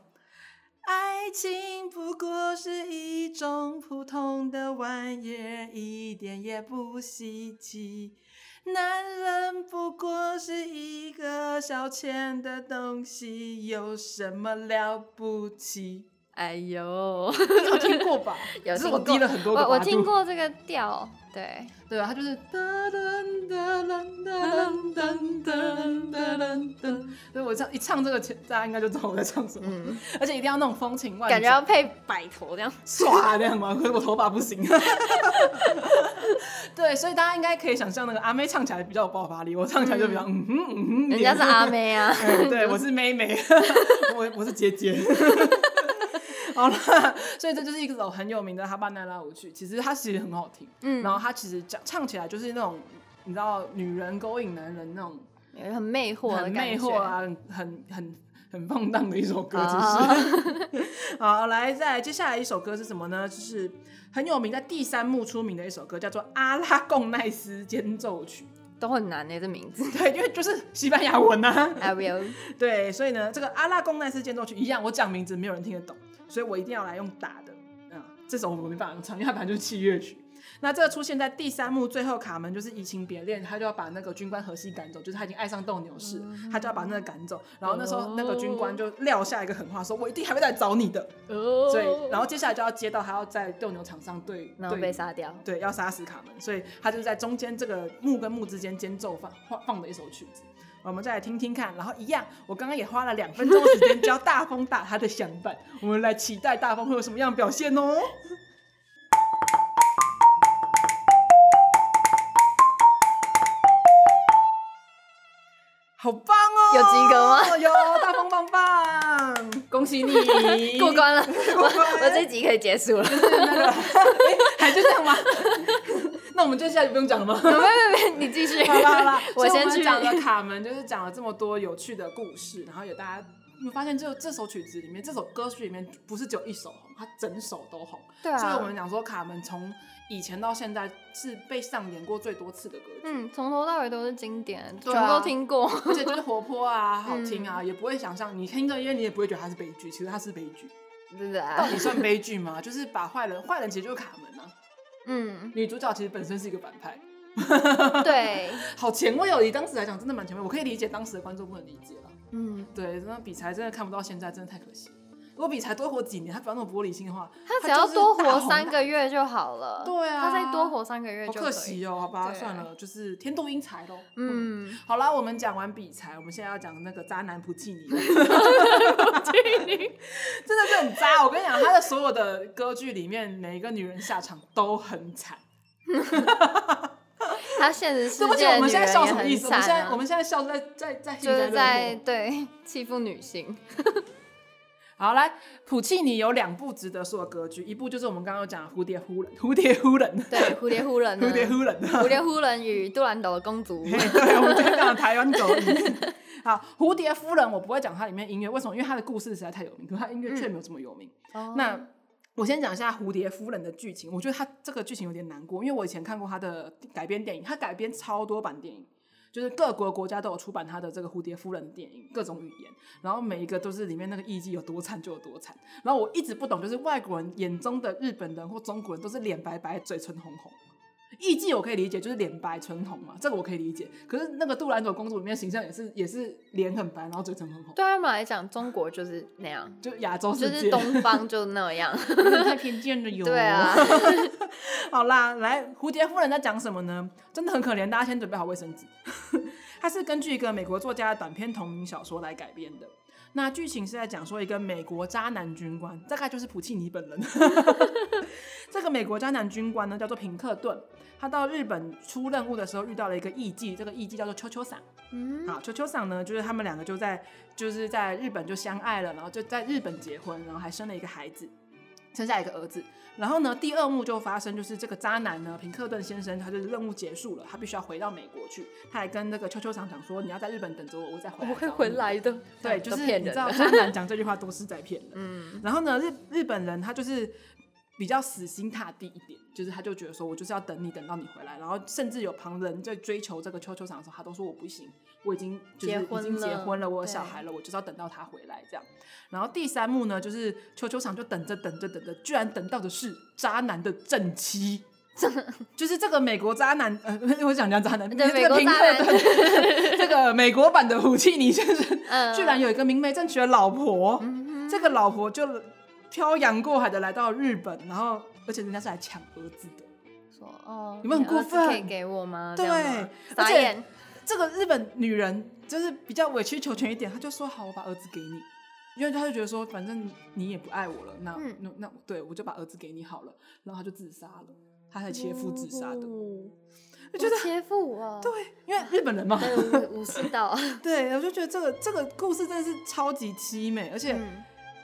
Speaker 4: 爱情不过是一种普通的玩意儿，一点也不稀奇。男人不过是一个消遣的东西，有什么了不起？
Speaker 2: 哎呦，
Speaker 4: *laughs* 你 *laughs* 有听过吧？
Speaker 2: 有
Speaker 4: 只是我
Speaker 2: 听过
Speaker 4: 低了很多个
Speaker 2: 我我
Speaker 4: 八度
Speaker 2: 听过这个调，对，
Speaker 4: 对啊，他就是哒哒哒哒哒哒哒哒哒，所以我这样一唱这个，大家应该就知道我在唱什么，
Speaker 2: 嗯，
Speaker 4: *laughs* 而且一定要那种风情万
Speaker 2: 感
Speaker 4: 种，
Speaker 2: 觉要配百头这样。
Speaker 4: 唰那样嘛，可是我头发不行。 *laughs* 对，所以大家应该可以想象那个阿妹唱起来比较有爆发力，我唱起来就比较嗯哼嗯哼。
Speaker 2: 人家是阿妹啊，
Speaker 4: 嗯， *laughs* 对，我是妹妹，我我是姐姐。 *laughs* 好了，所以这就是一首很有名的哈巴那拉舞曲。其实它其实很好听，
Speaker 2: 嗯
Speaker 4: 然后它其实讲唱起来就是那种你知道女人勾引男人那种
Speaker 2: 有一个很魅惑的
Speaker 4: 很
Speaker 2: 感觉。
Speaker 4: 魅惑啊，很很很很放荡的一首歌，
Speaker 2: 啊
Speaker 4: 就是。 *laughs* 好，来，再来接下来一首歌是什么呢？就是很有名，在第三幕出名的一首歌，叫做《阿拉贡奈斯间奏曲
Speaker 2: 都很难欸呢，这
Speaker 4: *laughs*
Speaker 2: 名字。》。
Speaker 4: 对，因为就是西班牙文啊。
Speaker 2: I will，
Speaker 4: 对，所以呢，这个阿拉贡奈斯间奏曲一样，我讲名字没有人听得懂，所以我一定要来用打的。嗯，这首我没办法唱，因为它本来就是器乐曲。那这个出现在第三幕最后，卡门就是移情别恋，他就要把那个军官荷西赶走，就是他已经爱上斗牛士，他就要把那个赶走。然后那时候那个军官就撂下一个狠话，说：“我一定还会来找你的。”
Speaker 3: 哦
Speaker 4: 所以，然后接下来就要接到他要在斗牛场上对
Speaker 2: 然后
Speaker 4: 对
Speaker 2: 被杀掉。
Speaker 4: 对，要杀死卡门，所以他就是在中间这个幕跟幕之间间奏放放放的一首曲子。我们再来听听看，然后一样，我刚刚也花了两分钟的时间教大风大他的相伴，我们来期待大风会有什么样的表现哦。好棒哦！
Speaker 2: 有及格吗？
Speaker 4: 有大风棒棒，恭喜你
Speaker 2: 过
Speaker 4: *laughs*
Speaker 2: 关了，我
Speaker 4: 过关
Speaker 2: 我这集可以
Speaker 4: *laughs*
Speaker 2: 结束了。
Speaker 4: 那个，哎 *laughs* 还就这样吗？那我们就下集不用讲了吗？
Speaker 2: 没没没，你继 *laughs*
Speaker 4: *laughs*
Speaker 2: 续。
Speaker 4: 好啦好啦，
Speaker 2: 我先
Speaker 4: *laughs* 所以们
Speaker 2: 去
Speaker 4: 讲了卡门，就是讲了这么多有趣的故事，然后有大家。你们发现，就这首曲子里面，这首歌曲里面不是只有一首红，它整首都红。
Speaker 2: 对啊
Speaker 4: 所以我们讲说，卡门从以前到现在是被上演过最多次的歌 *laughs* 曲，
Speaker 2: 嗯，从头到尾都是经典，全
Speaker 4: 对啊
Speaker 2: 部都听过。
Speaker 4: 而且就是活泼啊，好听啊，也不会想象你听这个音乐，你也不会觉得它是悲剧，其实它是悲 *laughs* 剧。
Speaker 2: 对的啊。
Speaker 4: 到底算悲剧吗？就是把坏人，坏人其实就是卡门啊。
Speaker 2: *laughs* 嗯，
Speaker 4: 女主角其实本身是一个反派，
Speaker 2: 对，
Speaker 4: 好前卫哦！以当时来讲，真的蛮前卫。我可以理解当时的观众不能理解了。
Speaker 2: *laughs* 嗯，
Speaker 4: 对，那比才真的看不到现在，真的太可惜了。如果比才多活几年，他不要那么玻璃心的话，
Speaker 2: 他
Speaker 4: 就
Speaker 2: 只要
Speaker 4: 是
Speaker 2: 多
Speaker 4: 大
Speaker 2: 活
Speaker 4: 红
Speaker 2: 三
Speaker 4: 大
Speaker 2: 个月就好了。
Speaker 4: 对啊
Speaker 2: 他再多活三个月
Speaker 4: 好
Speaker 2: 就
Speaker 4: 可
Speaker 2: 以
Speaker 4: 惜哦，好吧，
Speaker 2: 对啊
Speaker 4: 算了，就是天妒英才喽。嗯，
Speaker 2: 嗯，
Speaker 4: 好啦，我们讲完比才，我们现在要讲那个渣男普契尼。真的是很渣，我跟你讲，他的所有的歌剧里面，每一个女人下场都很惨。
Speaker 2: 他现实世
Speaker 4: 对不起，
Speaker 2: 界的
Speaker 4: 我们
Speaker 2: 女
Speaker 4: 现在
Speaker 2: 人
Speaker 4: 笑
Speaker 2: 也
Speaker 4: 什么意思？
Speaker 2: 很
Speaker 4: 我们现
Speaker 2: 惨
Speaker 4: 在我
Speaker 2: 啊。
Speaker 4: 们现在笑是在在在
Speaker 2: 就
Speaker 4: 幸灾乐
Speaker 2: 是
Speaker 4: 祸
Speaker 2: 在对欺负女性，
Speaker 4: 好，来，普契尼有两部值得说的歌剧，一部就是我们刚刚有讲的《蝴蝶忽冷》， *laughs* 蝴蝶忽冷，
Speaker 2: 对蝴蝶忽人呢，
Speaker 4: *laughs*
Speaker 2: 啊
Speaker 4: 蝴蝶忽冷，
Speaker 2: 蝴蝶忽人与杜兰斗的
Speaker 4: *laughs*
Speaker 2: 公主，
Speaker 4: 嘿对，我们今天讲的台湾狗音。好，蝴蝶夫人我不会讲它里面音乐，为什么？因为它的故事实在太有名，可它音乐却没有这么有名。
Speaker 2: 哦
Speaker 4: 那我先讲一下蝴蝶夫人的剧情，我觉得它这个剧情有点难过，因为我以前看过它的改编电影，它改编超多版电影。就是各国国家都有出版它的这个蝴蝶夫人的电影，各种语言，然后每一个都是里面那个艺伎有多惨就有多惨。然后我一直不懂，就是外国人眼中的日本人或中国人都是脸白白、嘴唇红红，艺妓我可以理解，就是脸白唇红嘛，这个我可以理解。可是那个杜兰朵公主里面的形象也是也是脸很白，然后嘴唇很红，
Speaker 2: 对他们来讲，中国就是那样，
Speaker 4: 就亚洲
Speaker 2: 就
Speaker 4: 世
Speaker 2: 是
Speaker 4: 界
Speaker 2: 东方就那样，
Speaker 4: 太偏见了哟。，
Speaker 2: 对啊，
Speaker 4: *laughs* 好啦，来蝴蝶夫人在讲什么呢？真的很可怜，大家先准备好卫生纸。 *laughs* 它是根据一个美国作家的短篇同名小说来改编的。那剧情是在讲说一个美国渣男军官，大概就是普契尼本人。 *laughs* 这个美国渣男军官呢，叫做平克顿。他到日本出任务的时候，遇到了一个艺妓，这个艺妓叫做秋秋桑。
Speaker 2: 嗯，
Speaker 4: 好，秋秋桑呢，就是他们两个就在就是在日本就相爱了，然后就在日本结婚，然后还生了一个孩子，生下一个儿子。然后呢，第二幕就发生，就是这个渣男呢，平克顿先生，他就是任务结束了，他必须要回到美国去。他还跟那个秋秋桑讲说：“你要在日本等着我， *laughs* 哦我再回来。”。
Speaker 2: 的， *laughs*
Speaker 4: 对，就是
Speaker 2: 骗
Speaker 4: 你
Speaker 2: 人
Speaker 4: 知
Speaker 2: 的
Speaker 4: 道，渣男讲这句话都是在骗人。
Speaker 2: 嗯，
Speaker 4: 然后呢，日日本人他就是比较死心塌地一点，就是他就觉得说我就是要等你，等到你回来。然后甚至有旁人在追求这个秋秋场的时候，他都说我不行，我已经就是
Speaker 2: 结
Speaker 4: 已
Speaker 2: 婚
Speaker 4: 经结
Speaker 2: 了
Speaker 4: 婚了，我有
Speaker 2: 对
Speaker 4: 小孩了，我就是要等到他回来这样。然后第三幕呢，就是秋秋场就等着等着等着，居然等到的是渣男的正
Speaker 2: *laughs*
Speaker 4: 妻。就是这个美国渣男，呃， *laughs* 我想讲渣男，
Speaker 2: 对
Speaker 4: 这
Speaker 2: 美
Speaker 4: 个
Speaker 2: 国
Speaker 4: 平
Speaker 2: 渣
Speaker 4: 克
Speaker 2: 男
Speaker 4: 顿 *laughs* 这个美国版的胡契尼先生，
Speaker 2: 嗯
Speaker 4: 居然有一个明媒正娶的老婆，这个老婆就漂洋过海的来到日本，然后而且人家是来抢儿子的。
Speaker 2: 说哦，
Speaker 4: 你们很
Speaker 2: 儿
Speaker 4: 过
Speaker 2: 子
Speaker 4: 分
Speaker 2: 可以给我吗？这
Speaker 4: 对
Speaker 2: 样吗
Speaker 4: 而
Speaker 2: 傻
Speaker 4: 且
Speaker 2: 眼，
Speaker 4: 这个日本女人就是比较委曲求全一点，她就说好，我把儿子给你，因为她就觉得说，反正你也不爱我了，那、
Speaker 2: 嗯
Speaker 4: 那那对我就把儿子给你好了，然后她就自杀了，
Speaker 2: 哦
Speaker 4: 她才切腹自杀的。
Speaker 2: 我
Speaker 4: 觉得
Speaker 2: 哦切腹哦，
Speaker 4: 对，因为日本人嘛，
Speaker 2: *laughs* 对，武武士
Speaker 4: *laughs*
Speaker 2: 道，
Speaker 4: 对，我就觉得这个这个故事真的是超级凄美，而且 *laughs*
Speaker 2: 嗯，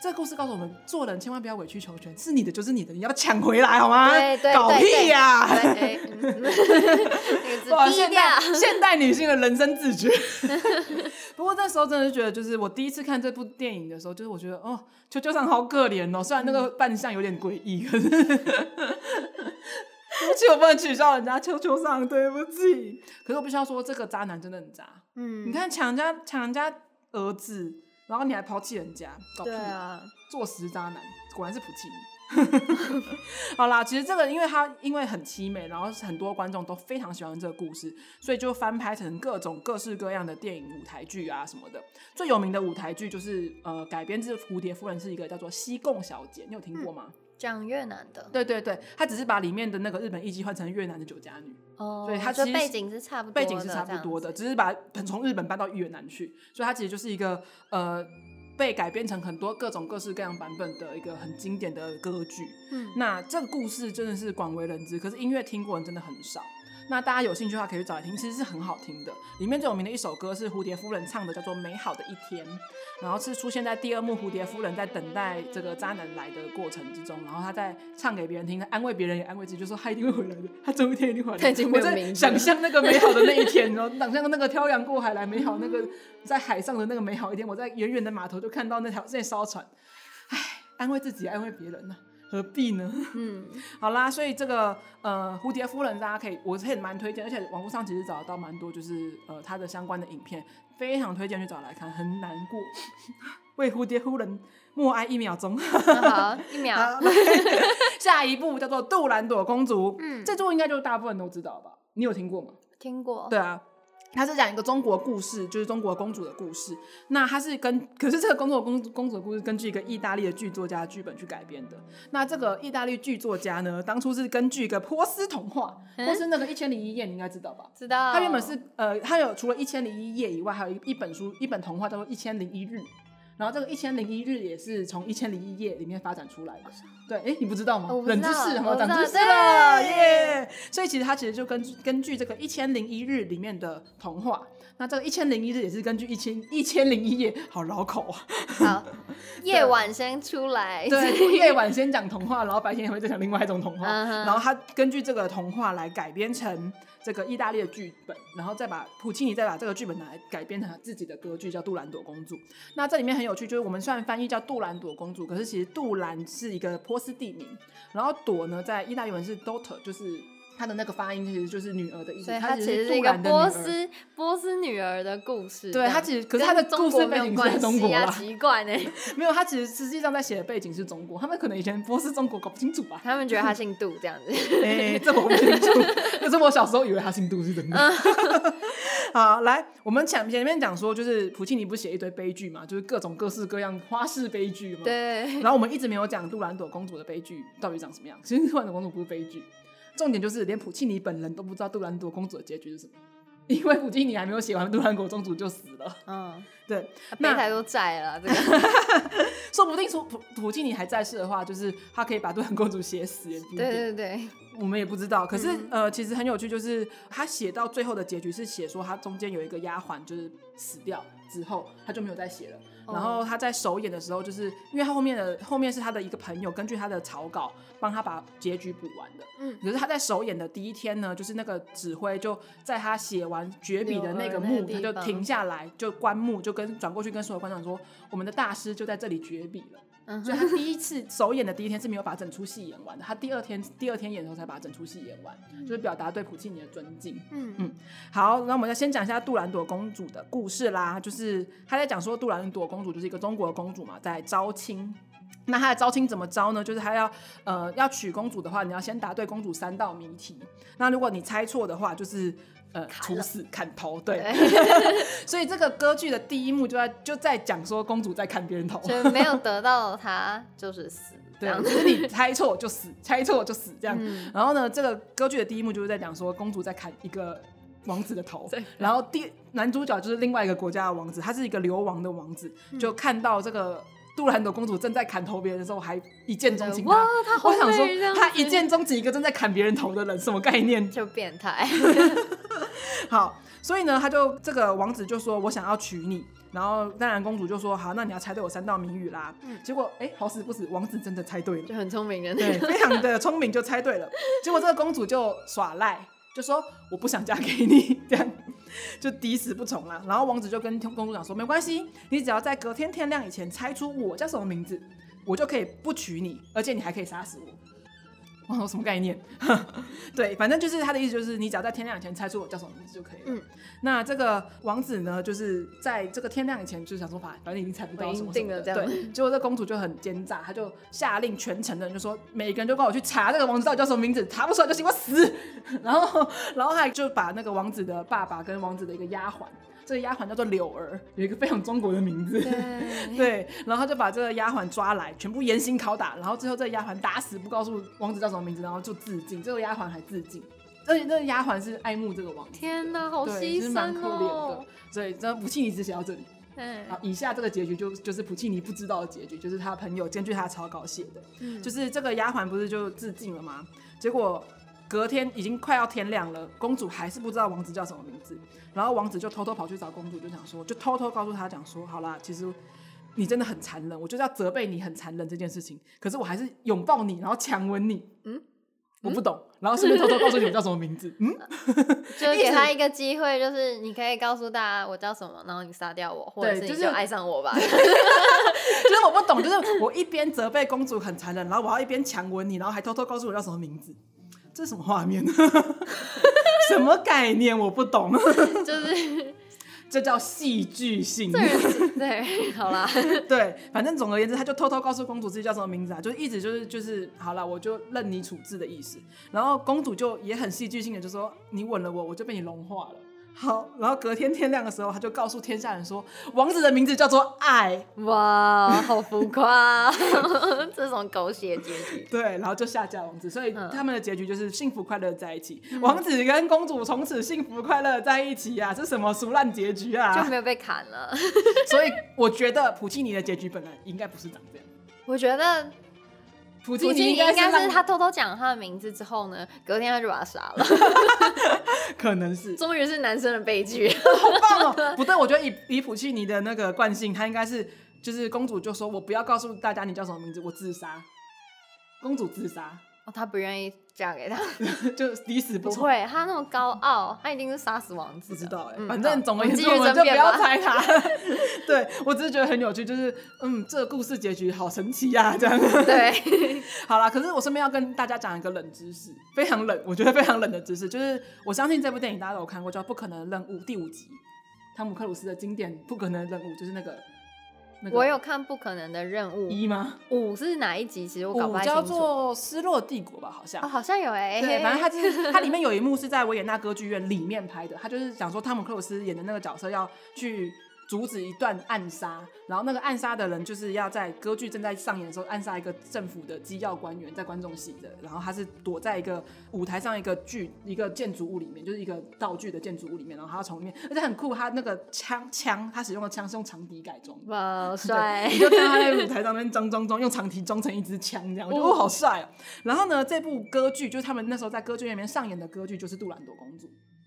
Speaker 4: 这个故事告诉我们，做人千万不要委曲求全，是你的就是你的，你要抢回来好吗？
Speaker 2: 对对
Speaker 4: 搞
Speaker 2: 对
Speaker 4: 屁
Speaker 2: 对
Speaker 4: 呀、
Speaker 2: 对，哎
Speaker 4: *laughs*
Speaker 2: 嗯那
Speaker 4: 哇，
Speaker 2: 个字
Speaker 4: 现
Speaker 2: 低调， *laughs*
Speaker 4: 代现代女性的人生自觉。 *laughs* 不过那时候真的觉得，就是我第一次看这部电影的时候，就是我觉得哦，球球上好可怜哦，虽然那个扮相有点诡异，可是 *laughs* 对不起，我不能取笑人家球球上，对不起。可是我必须要说，这个渣男真的很渣。
Speaker 2: 嗯，
Speaker 4: 你看抢人家抢人家儿子，然后你还抛弃人家，搞屁
Speaker 2: 对
Speaker 4: 啊
Speaker 2: 啊，
Speaker 4: 坐实渣男，果然是普契尼。 *laughs* 好啦，其实这个因为它因为很凄美，然后很多观众都非常喜欢这个故事，所以就翻拍成各种各式各样的电影、舞台剧啊什么的。最有名的舞台剧就是呃改编自《蝴蝶夫人》，是一个叫做《西贡小姐》，你有听过吗？
Speaker 2: 讲越南的
Speaker 4: 对对对，它只是把里面的那个日本艺妓换成越南的酒家女，
Speaker 2: 哦，
Speaker 4: 对它
Speaker 2: 就
Speaker 4: 其实
Speaker 2: 背
Speaker 4: 是
Speaker 2: 景是差不多的，
Speaker 4: 背景是差不多的， *laughs*
Speaker 2: 这样子
Speaker 4: 只是把从日本搬到越南去，所以它其实就是一个呃被改编成很多各种各式各样版本的一个很经典的歌剧。
Speaker 2: 嗯
Speaker 4: 那这个故事真的是广为人知，可是音乐听过人真的很少。那大家有兴趣的话，可以去找来听，其实是很好听的。里面最有名的一首歌是蝴蝶夫人唱的，叫做《美好的一天》，然后是出现在第二幕蝴蝶夫人在等待这个渣男来的过程之中，然后她在唱给别人听，安慰别人也安慰自己，就说她一定会回来的，她总有一天一定会回来的。
Speaker 2: 她已经
Speaker 4: 我
Speaker 2: 没有
Speaker 4: 在
Speaker 2: 名字
Speaker 4: 想
Speaker 2: 了
Speaker 4: 象那个美好的那一天，然后想象那个漂洋过海来美好那个在海上的那个美好一天，我在远远的码头就看到那条那艘船，唉，安慰自己，安慰别人呢、何必呢？ *laughs*
Speaker 2: 嗯，
Speaker 4: 好啦，所以这个呃蝴蝶夫人大家可以，我是很蛮推荐，而且网络上其实找得到蛮多就是呃它的相关的影片，非常推荐去找来看，很难过， *laughs* 为蝴蝶夫人默哀一秒钟。
Speaker 2: 那好，一秒，
Speaker 4: 好下一部叫做《杜兰朵公主》，
Speaker 2: 嗯
Speaker 4: 这部应该就大部分都知道吧？你有听过吗？
Speaker 2: 听过，
Speaker 4: 对啊，它是讲一个中国故事，就是中国公主的故事。那它是跟，可是这个中国公主公主的故事根据一个意大利的剧作家的剧本去改编的。那这个意大利剧作家呢，当初是根据一个波斯童话，波斯那个《一千零一夜》，你应该知道吧？
Speaker 2: 知道，
Speaker 4: 它原本是
Speaker 2: 哦
Speaker 4: 呃，它有除了《一千零一夜》以外，还有一一本书，一本童话叫做《一千零一日》。然后这个一千零一日也是从一千零一夜里面发展出来的，对，哎，你不知道吗
Speaker 2: 哦我？不
Speaker 4: 冷知
Speaker 2: 知道
Speaker 4: 识，好吗？
Speaker 2: 我不
Speaker 4: 长
Speaker 2: 知道
Speaker 4: 知识了，
Speaker 2: 对
Speaker 4: 耶！所以其实它其实就根据根据这个一千零一日里面的童话，那这个一千零一日也是根据一千一千零一夜，好绕口啊！ *laughs*
Speaker 2: 好，夜晚先出来，
Speaker 4: 对，夜晚先讲童话，然后白天也会再讲另外一种童话，
Speaker 2: *laughs* 嗯哼
Speaker 4: 然后他根据这个童话来改编成这个意大利的剧本，然后再把普契尼再把这个剧本拿来改编成他自己的歌剧，叫《杜兰朵公主》。那这里面很有趣，就是我们虽然翻译叫杜兰朵公主，可是其实杜兰是一个波斯地名，然后朵呢在意大利文是 daughter，就是它的那个发音其实就是女儿的意思，
Speaker 2: 所以
Speaker 4: 它
Speaker 2: 它
Speaker 4: 其
Speaker 2: 其
Speaker 4: 实
Speaker 2: 实
Speaker 4: 是
Speaker 2: 是一
Speaker 4: 杜
Speaker 2: 个
Speaker 4: 兰的女
Speaker 2: 波
Speaker 4: 儿。
Speaker 2: 斯波斯女儿的故事这
Speaker 4: 对
Speaker 2: 样，
Speaker 4: 它其实可是它的
Speaker 2: 跟
Speaker 4: 故
Speaker 2: 中
Speaker 4: 事
Speaker 2: 国
Speaker 4: 背
Speaker 2: 没
Speaker 4: 景是
Speaker 2: 有
Speaker 4: 在
Speaker 2: 关系
Speaker 4: 中国
Speaker 2: 啊，
Speaker 4: 啦
Speaker 2: 奇怪呢，
Speaker 4: *laughs*
Speaker 2: *laughs*
Speaker 4: 没有，它其实实际上在写的背景是中国，他们可能以前波斯中国搞不清楚吧。
Speaker 2: 他们觉得他姓杜这样子，
Speaker 4: 哎、 *laughs* 这我不清
Speaker 2: *laughs*
Speaker 4: 楚，可是我小时候以为他姓杜是真的。
Speaker 2: 嗯
Speaker 4: *laughs* 好，来，我们前前面讲说，就是普契尼不是写一堆悲剧嘛，就是各种各式各样花式悲剧嘛。。
Speaker 2: 对，
Speaker 4: 然后我们一直没有讲杜兰朵公主的悲剧到底长什么样。其实杜兰朵公主不是悲剧，重点就是连普契尼本人都不知道杜兰朵公主的结局是什么，因为普契尼还没有写完，杜兰朵公主就死了。
Speaker 2: 嗯，
Speaker 4: 对，
Speaker 2: 他背
Speaker 4: 啊那
Speaker 2: 太多债了啦，
Speaker 4: *laughs*
Speaker 2: 这个
Speaker 4: 说不定说普普契尼还在世的话，就是他可以把杜兰公主写死也不一定。
Speaker 2: 对对对，
Speaker 4: 我们也不知道，可是、呃，其实很有趣，就是他写到最后的结局是写说他中间有一个丫鬟就是死掉之后，他就没有再写了。然后他在首演的时候，就是因为他后面的后面是他的一个朋友根据他的草稿帮他把结局补完的。
Speaker 2: 嗯，
Speaker 4: 可是他在首演的第一天呢，就是那个指挥就在他写完绝笔的那个幕，
Speaker 2: 有
Speaker 4: 他
Speaker 2: 那个地
Speaker 4: 就
Speaker 2: 方
Speaker 4: 停下来，就关幕，就跟转过去跟所有观众说，我们的大师就在这里绝笔了。
Speaker 2: 嗯
Speaker 4: 所以他第一次首演的第一天是没有把整出戏演完的，他第二天第二天演的时候才把整出戏演完，就是表达对普契尼的尊敬。
Speaker 2: 嗯
Speaker 4: 嗯，好，那我们再先讲一下杜兰朵公主的故事啦，就是她在讲说杜兰朵公主就是一个中国的公主嘛，在招亲。那她的招亲怎么招呢？就是她要呃要娶公主的话，你要先答对公主三道谜题。那如果你猜错的话，就是呃
Speaker 2: 砍
Speaker 4: 处
Speaker 2: 了
Speaker 4: 死砍头，对。 *laughs* 所以这个歌剧的第一幕就在就在讲说公主在砍别人头，
Speaker 2: 所以没有得到他就是死，这
Speaker 4: 对
Speaker 2: 样，
Speaker 4: 就
Speaker 2: 子。
Speaker 4: 是你猜错就死， *laughs* 猜错就死这样。
Speaker 2: 嗯
Speaker 4: 然后呢，这个歌剧的第一幕就是在讲说公主在砍一个王子的头
Speaker 3: 对，
Speaker 4: 然后第男主角就是另外一个国家的王子，他是一个流亡的王子，
Speaker 2: 嗯
Speaker 4: 就看到这个杜兰朵公主正在砍头别人的时候，还一见钟情
Speaker 2: 哇
Speaker 4: 她。，
Speaker 2: 他好
Speaker 4: 我想说
Speaker 2: 美这样，子
Speaker 4: 他一见钟情一个正在砍别人头的人，什么概
Speaker 2: *laughs*
Speaker 4: 念？
Speaker 2: 就变态，
Speaker 4: 好，所以呢，他就这个王子就说：“我想要娶你。”然后当然公主就说：“好，那你要猜对我三道谜语啦。
Speaker 2: 嗯
Speaker 4: 结果哎，好死不死，王子真的猜对了。
Speaker 2: 就很聪明的那
Speaker 4: 对，
Speaker 2: 种。
Speaker 4: 非常的聪明，就猜对了。结果这个公主就耍赖，就说我不想嫁给你， *laughs* 这样就抵死不从啦。啊然后王子就跟公主讲说，没关系，你只要在隔天天亮以前猜出我叫什么名字，我就可以不娶你，而且你还可以杀死我。哇，我什么概念？ *laughs* 对，反正就是他的意思，就是你只要在天亮以前猜出我叫什么名字就可以了。
Speaker 2: 嗯
Speaker 4: 那这个王子呢，就是在这个天亮以前，就是想说，反正你已经猜不到什么什么
Speaker 2: 我已
Speaker 4: 的，
Speaker 2: 经定了这样
Speaker 4: 对。结果这公主就很奸诈，她就下令全城的人就说，每个人就跟我去查这个王子到底叫什么名字，查不出来就行，我死。 *laughs* 然后，然后还就把那个王子的爸爸跟王子的一个丫鬟，这个丫鬟叫做柳儿，有一个非常中国的名字。
Speaker 2: *laughs* 对，
Speaker 4: 对，然后他就把这个丫鬟抓来，全部严刑拷打，然后最后这个丫鬟打死不告诉王子叫什么名字，然后就自尽。这个丫鬟还自尽，而且这个丫鬟是爱慕这个王子，
Speaker 2: 天哪，好
Speaker 4: 对，
Speaker 2: 牺
Speaker 4: 就是蛮
Speaker 2: 牲
Speaker 4: 可怜的
Speaker 2: 哦。。
Speaker 4: 所以这普契尼只写到这里
Speaker 2: 嗯
Speaker 4: 啊，以下这个结局就就是普契尼不知道的结局，就是他朋友根据他草稿写的，
Speaker 2: 嗯
Speaker 4: 就是这个丫鬟不是就自尽了吗？结果。隔天已经快要天亮了，公主还是不知道王子叫什么名字，然后王子就偷偷跑去找公主，就想说，就偷偷告诉她讲说，好啦，其实你真的很残忍，我就是要责备你很残忍这件事情。可是我还是拥抱你，然后强吻你。
Speaker 2: 嗯
Speaker 4: 嗯，我不懂，然后顺便偷偷告诉你我叫什么名字。嗯，
Speaker 2: 就是给他一个机会，就是你可以告诉大家我叫什么，然后你杀掉我，或者
Speaker 4: 对
Speaker 2: 是
Speaker 4: 就
Speaker 2: 你
Speaker 4: 是
Speaker 2: 就爱
Speaker 4: *laughs*
Speaker 2: 上我吧。
Speaker 4: 就是我不懂，就是我一边责备公主很残忍，然后我要一边强吻你，然后还偷偷告诉我叫什么名字，这是什么画面？ *laughs* 什么概念？我不懂， *laughs*
Speaker 2: 就是
Speaker 4: 这叫戏剧性。
Speaker 2: 对，好啦，
Speaker 4: *laughs* 对，反正总而言之，他就偷偷告诉公主自己叫什么名字啊，就一直就是就是好了，我就任你处置的意思。然后公主就也很戏剧性的就说：“你吻了我，我就被你融化了。”好，然后隔天天亮的时候，他就告诉天下人说，王子的名字叫做爱，
Speaker 2: 哇，好浮夸， *laughs* 这种狗血结局。
Speaker 4: 对，然后就下嫁王子，所以
Speaker 2: 嗯
Speaker 4: 他们的结局就是幸福快乐地在一起，王子跟公主从此幸福快乐地在一起啊，这什么俗烂结局
Speaker 2: 就
Speaker 4: 啊！
Speaker 2: 没有被砍了。
Speaker 4: *laughs* 所以我觉得普契尼的结局本来应该不是长这样，
Speaker 2: 我觉得
Speaker 4: 普契
Speaker 2: 普京
Speaker 4: 尼
Speaker 2: 应该
Speaker 4: 让
Speaker 2: 是他偷偷讲他的名字之后呢，隔天他就把他杀了。
Speaker 4: 可能是
Speaker 2: *laughs* 终于是男生的悲剧，
Speaker 4: 好棒哦！ *laughs* 不对，我觉得以以普契尼的那个惯性，他应该是就是公主就说我不要告诉大家你叫什么名字，我自杀。公主自杀， *laughs*
Speaker 2: 哦、他不愿意嫁给他，
Speaker 4: 就抵死不
Speaker 2: 不
Speaker 4: 从。
Speaker 2: 会，他那么高傲，他一定是杀死王子
Speaker 4: 不
Speaker 2: 的。
Speaker 4: 知道哎、
Speaker 2: 嗯
Speaker 4: 反正总而言之，
Speaker 2: 好我
Speaker 4: 我
Speaker 2: 们
Speaker 4: 们就
Speaker 2: 继续争
Speaker 4: 不要
Speaker 2: 辩吧
Speaker 4: 猜他。 *laughs* 对我只是觉得很有趣，就是嗯，这个故事结局好神奇呀、这样。 *laughs*
Speaker 2: 对，
Speaker 4: 好啦，可是我身边要跟大家讲一个冷知识，非常冷，我觉得非常冷的知识，就是我相信这部电影大家都有看过，叫《不可能任务》第五集，汤姆克鲁斯的经典《不可能任务》，就是那个那个
Speaker 2: 我有看《不可能的任务》
Speaker 4: 一吗？
Speaker 2: 五是哪一集？其实我搞不
Speaker 4: 五
Speaker 2: 太
Speaker 4: 叫
Speaker 2: 清楚。
Speaker 4: 做《失落帝国》吧，好像。
Speaker 2: 哦，好像有哎、
Speaker 4: 对，反正它就是它里面有一幕是在维也纳歌剧院里面拍的，它就是讲说汤姆克鲁斯演的那个角色要去阻止一段暗杀，然后那个暗杀的人就是要在歌剧正在上演的时候暗杀一个政府的机要官员，在观众席的，然后他是躲在一个舞台上一个剧一个建筑物里面，就是一个道具的建筑物里面，然后他要从里面，而且很酷，他那个枪枪他使用的枪是用长笛改装的。
Speaker 2: 哇，好
Speaker 4: 对，*laughs*
Speaker 2: 帅
Speaker 4: 你！就看他在舞台上面装装装，用长笛装成一支枪这样，我觉得哦好帅哦。然后呢，这部歌剧就是他们那时候在歌剧院里面上演的歌剧，就是《杜兰朵公主》。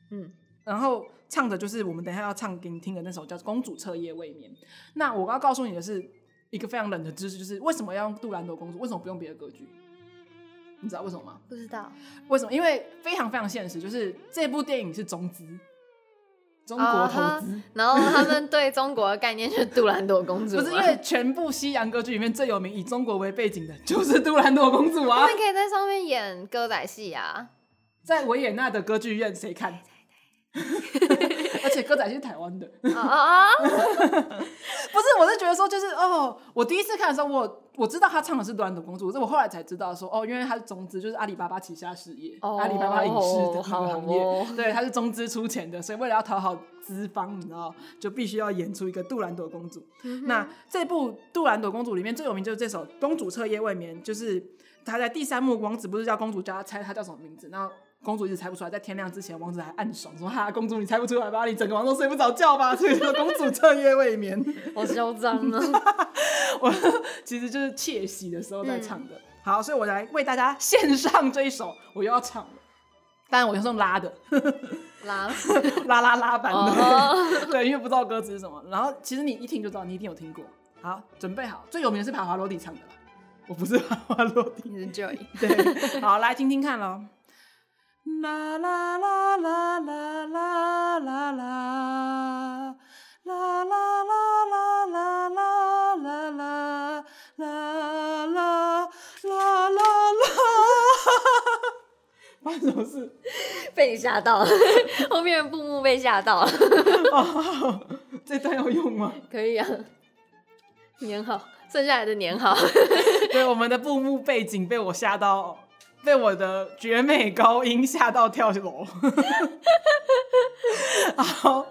Speaker 2: 嗯，
Speaker 4: 然后唱的就是我们等一下要唱给你听的那首叫《公主彻夜未眠》。那我要告诉你的是一个非常冷的知识，就是为什么要用《杜兰朵公主》，为什么不用别的歌剧？你知道为什么吗？
Speaker 2: 不知道
Speaker 4: 为什么？因为非常非常现实，就是这部电影是中资，中国
Speaker 2: 啊
Speaker 4: 投
Speaker 2: 哈
Speaker 4: 资。
Speaker 2: 然后他们对中国的概念就是杜兰朵公主嘛，
Speaker 4: *laughs* 不是因为全部西洋歌剧里面最有名以中国为背景的 *laughs* 就是《杜兰朵公主》
Speaker 2: 他
Speaker 4: 啊
Speaker 2: 们，可以在上面演歌仔戏 *laughs* 啊，
Speaker 4: 在维也纳的歌剧院谁看？而且歌仔戏是台湾的，不
Speaker 2: 啊啊啊！
Speaker 4: 是，我是觉得说候就是哦，我第一次看的时候，我我知道他唱的是《短途公主》，这我后来才知道说哦，原来他是中资，就是阿里巴巴旗下事业，
Speaker 2: 哦
Speaker 4: 阿里巴巴影视的那个行业，
Speaker 2: 好哦
Speaker 4: 对，他是中资出钱的，所以为了要讨好资方，你知道，就必须要演出一个杜兰朵公主。
Speaker 2: 嗯
Speaker 4: 那这部《杜兰朵公主》里面最有名就是这首《公主彻夜未眠》，就是她在第三幕，王子不是叫公主叫她猜她叫什么名字，然后。公主一直猜不出来，在天亮之前，王子还暗爽说：“哈，公主你猜不出来吧？你整个晚上都睡不着觉吧？”所以说，公主彻夜未眠。
Speaker 2: 好嚣张啊！
Speaker 4: *laughs* 我其实就是窃喜的时候在唱的。好，所以我来为大家献上这一首，我又要唱了。当然，我就是用拉的，
Speaker 2: *laughs*
Speaker 4: *laughs*
Speaker 2: 拉
Speaker 4: 拉拉拉版的，
Speaker 2: 哦，
Speaker 4: *laughs* 对，因为不知道歌词是什么。然后其实你一听就知道，你一定有听过。好，准备好，最有名的是爬华罗蒂唱的啦，我不是爬华罗蒂。
Speaker 2: 你是 Joy，
Speaker 4: *laughs* 对，好，来听听看喽。啦啦啦啦啦啦啦啦。啦啦啦啦啦啦啦啦啦啦啦啦 *laughs* 啦！发生什么事？
Speaker 2: 被你吓到了， *laughs* 后面的布幕被吓到了，
Speaker 4: 哦，这段要用吗？
Speaker 2: 可以啊，年好，剩下来的年好， *laughs*
Speaker 4: 对，我们的布幕背景被我吓到，被我的绝美高音吓到跳楼。 *laughs* 好，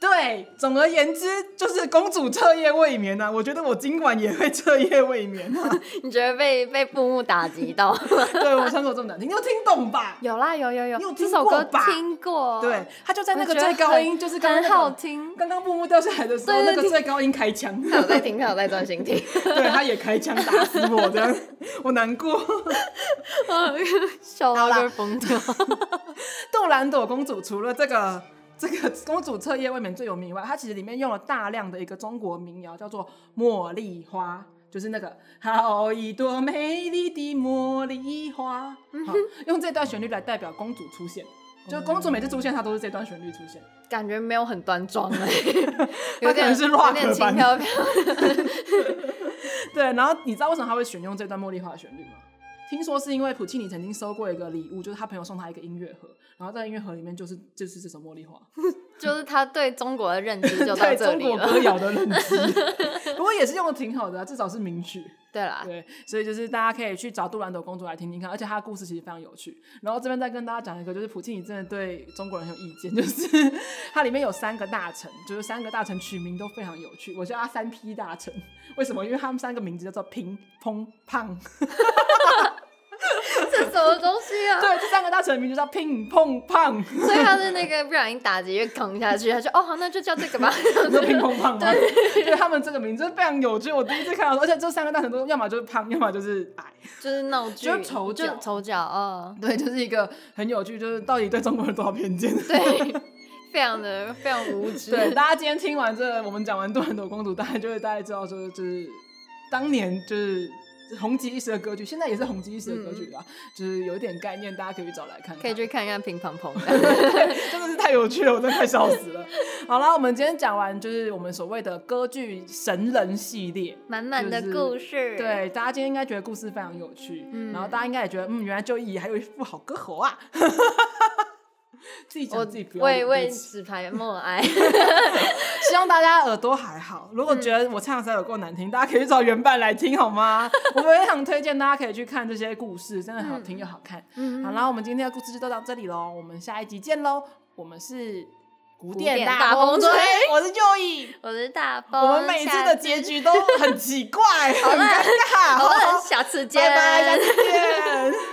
Speaker 4: 对，总而言之，就是公主彻夜未眠呐、啊。我觉得我今晚也会彻夜未眠、啊。
Speaker 2: 你觉得被被布幕打击到？
Speaker 4: 对我唱首这么难听，你有听懂吧？
Speaker 2: *laughs* 有啦，有有有，
Speaker 4: 你有听
Speaker 2: 这首歌
Speaker 4: 过吧
Speaker 2: 听过，
Speaker 4: 对，他就在那个
Speaker 2: 我觉得
Speaker 4: 最高音，就是刚刚、那
Speaker 2: 很
Speaker 4: 个
Speaker 2: 好听，
Speaker 4: 刚刚布幕掉下来的时候，
Speaker 2: 对对
Speaker 4: 那个最高音开枪，
Speaker 2: 他有在听，他有在专 *laughs* 心听，
Speaker 4: 对，他也开枪打死我，这样 *laughs* 我难过。
Speaker 2: 笑
Speaker 4: 好
Speaker 2: 到
Speaker 4: 啦
Speaker 2: 就疯掉。
Speaker 4: 杜兰朵公主除了这个这个 *laughs* 公主彻夜未眠最有名以外，它其实里面用了大量的一个中国民谣，叫做《茉莉花》。就是那个好一朵美丽的茉莉花，好用这段旋律来代表公主出现。就公主每次出现，她都是这段旋律出现。 *laughs*
Speaker 2: 感觉没有很端庄哎、 *laughs*
Speaker 4: 他
Speaker 2: 有
Speaker 4: 可
Speaker 2: 点
Speaker 4: 能是
Speaker 2: 有
Speaker 4: rock
Speaker 2: 点轻
Speaker 4: 版
Speaker 2: 飘飘。
Speaker 4: 对，然后你知道为什么她会选用这段茉莉花的旋律吗？听说是因为普契尼曾经收过一个礼物，就是他朋友送他一个音乐盒，然后在音乐盒里面就是就是这首《茉莉花》。
Speaker 2: 就是他对中国的认知就到
Speaker 4: 对
Speaker 2: 这
Speaker 4: 中
Speaker 2: 里
Speaker 4: 国
Speaker 2: 了。
Speaker 4: 歌谣的认 *laughs* 知，不过也是用的挺好的、啊，至少是名曲。
Speaker 2: 对啦，
Speaker 4: 对，所以就是大家可以去找杜兰朵公主来听听看，而且她的故事其实非常有趣。然后这边再跟大家讲一个，就是普契尼真的对中国人很有意见，就是它里面有三个大臣，就是三个大臣取名都非常有趣，我叫他三 P 大臣，为什么？因为他们三个名字叫做乒乓胖，
Speaker 2: 这什么东西啊？
Speaker 4: 对，这三个大臣的名字叫乒乓 *laughs* 胖，
Speaker 2: 所以他是那个不小心打击越扛下去，他就哦好，那就叫这个吧。 *laughs*
Speaker 4: 你说乒乓胖吗？对，他们这个名字非常有趣，我第一次看到的时候，而且这三个大臣都要么就是胖，要么就是矮。
Speaker 2: 就是闹剧，
Speaker 4: 就是丑角
Speaker 2: 就丑
Speaker 4: *laughs*
Speaker 2: 角哦，
Speaker 4: 对，就是一个很有趣，就是到底对中国人多少偏见。 *laughs*
Speaker 2: 对，非常的非常无知。
Speaker 4: 对，大家今天听完这个，我们讲完《杜兰朵公主》，大家就会大概知道说，就是当年就是红极一时的歌剧，现在也是红极一时的歌剧啦，就是有一点概念，大嗯家可以去找来看看。
Speaker 2: 可以去看一看乒乓乓。
Speaker 4: *laughs* 真的是太有趣了，我真的快笑死 *laughs* 了。好啦，我们今天讲完就是我们所谓的歌剧神人系列。
Speaker 2: 满满的故事，
Speaker 4: 对，大家今天应该觉得故事非常有趣，
Speaker 2: 嗯
Speaker 4: 然后大家应该也觉得，嗯，原来就义还有一副好歌喉啊。 *laughs* 自己讲自己不
Speaker 2: 我
Speaker 4: 要
Speaker 2: 为
Speaker 4: 脸对
Speaker 2: 为
Speaker 4: 不起
Speaker 2: 纸
Speaker 4: *laughs*
Speaker 2: 牌默哀，
Speaker 4: 希望大家耳朵还好。如果
Speaker 2: 嗯
Speaker 4: 觉得我唱的实在有够难听，大家可以去找原版来听好
Speaker 2: *laughs*
Speaker 4: 吗？我们也很推荐大家可以去看这些故事，真的好听又好看。
Speaker 2: 嗯 *laughs*
Speaker 4: 好啦，我们今天的故事就到这里喽，我们下一集见喽。我们是古典
Speaker 2: 典大风
Speaker 4: 吹
Speaker 2: 吹，
Speaker 4: 我是 Joey。
Speaker 2: 我是大风。
Speaker 4: 我们每次的结局都很奇怪，很尴
Speaker 2: 好了，
Speaker 4: *laughs* 尬。
Speaker 2: 下次见，
Speaker 4: 拜拜，下次见。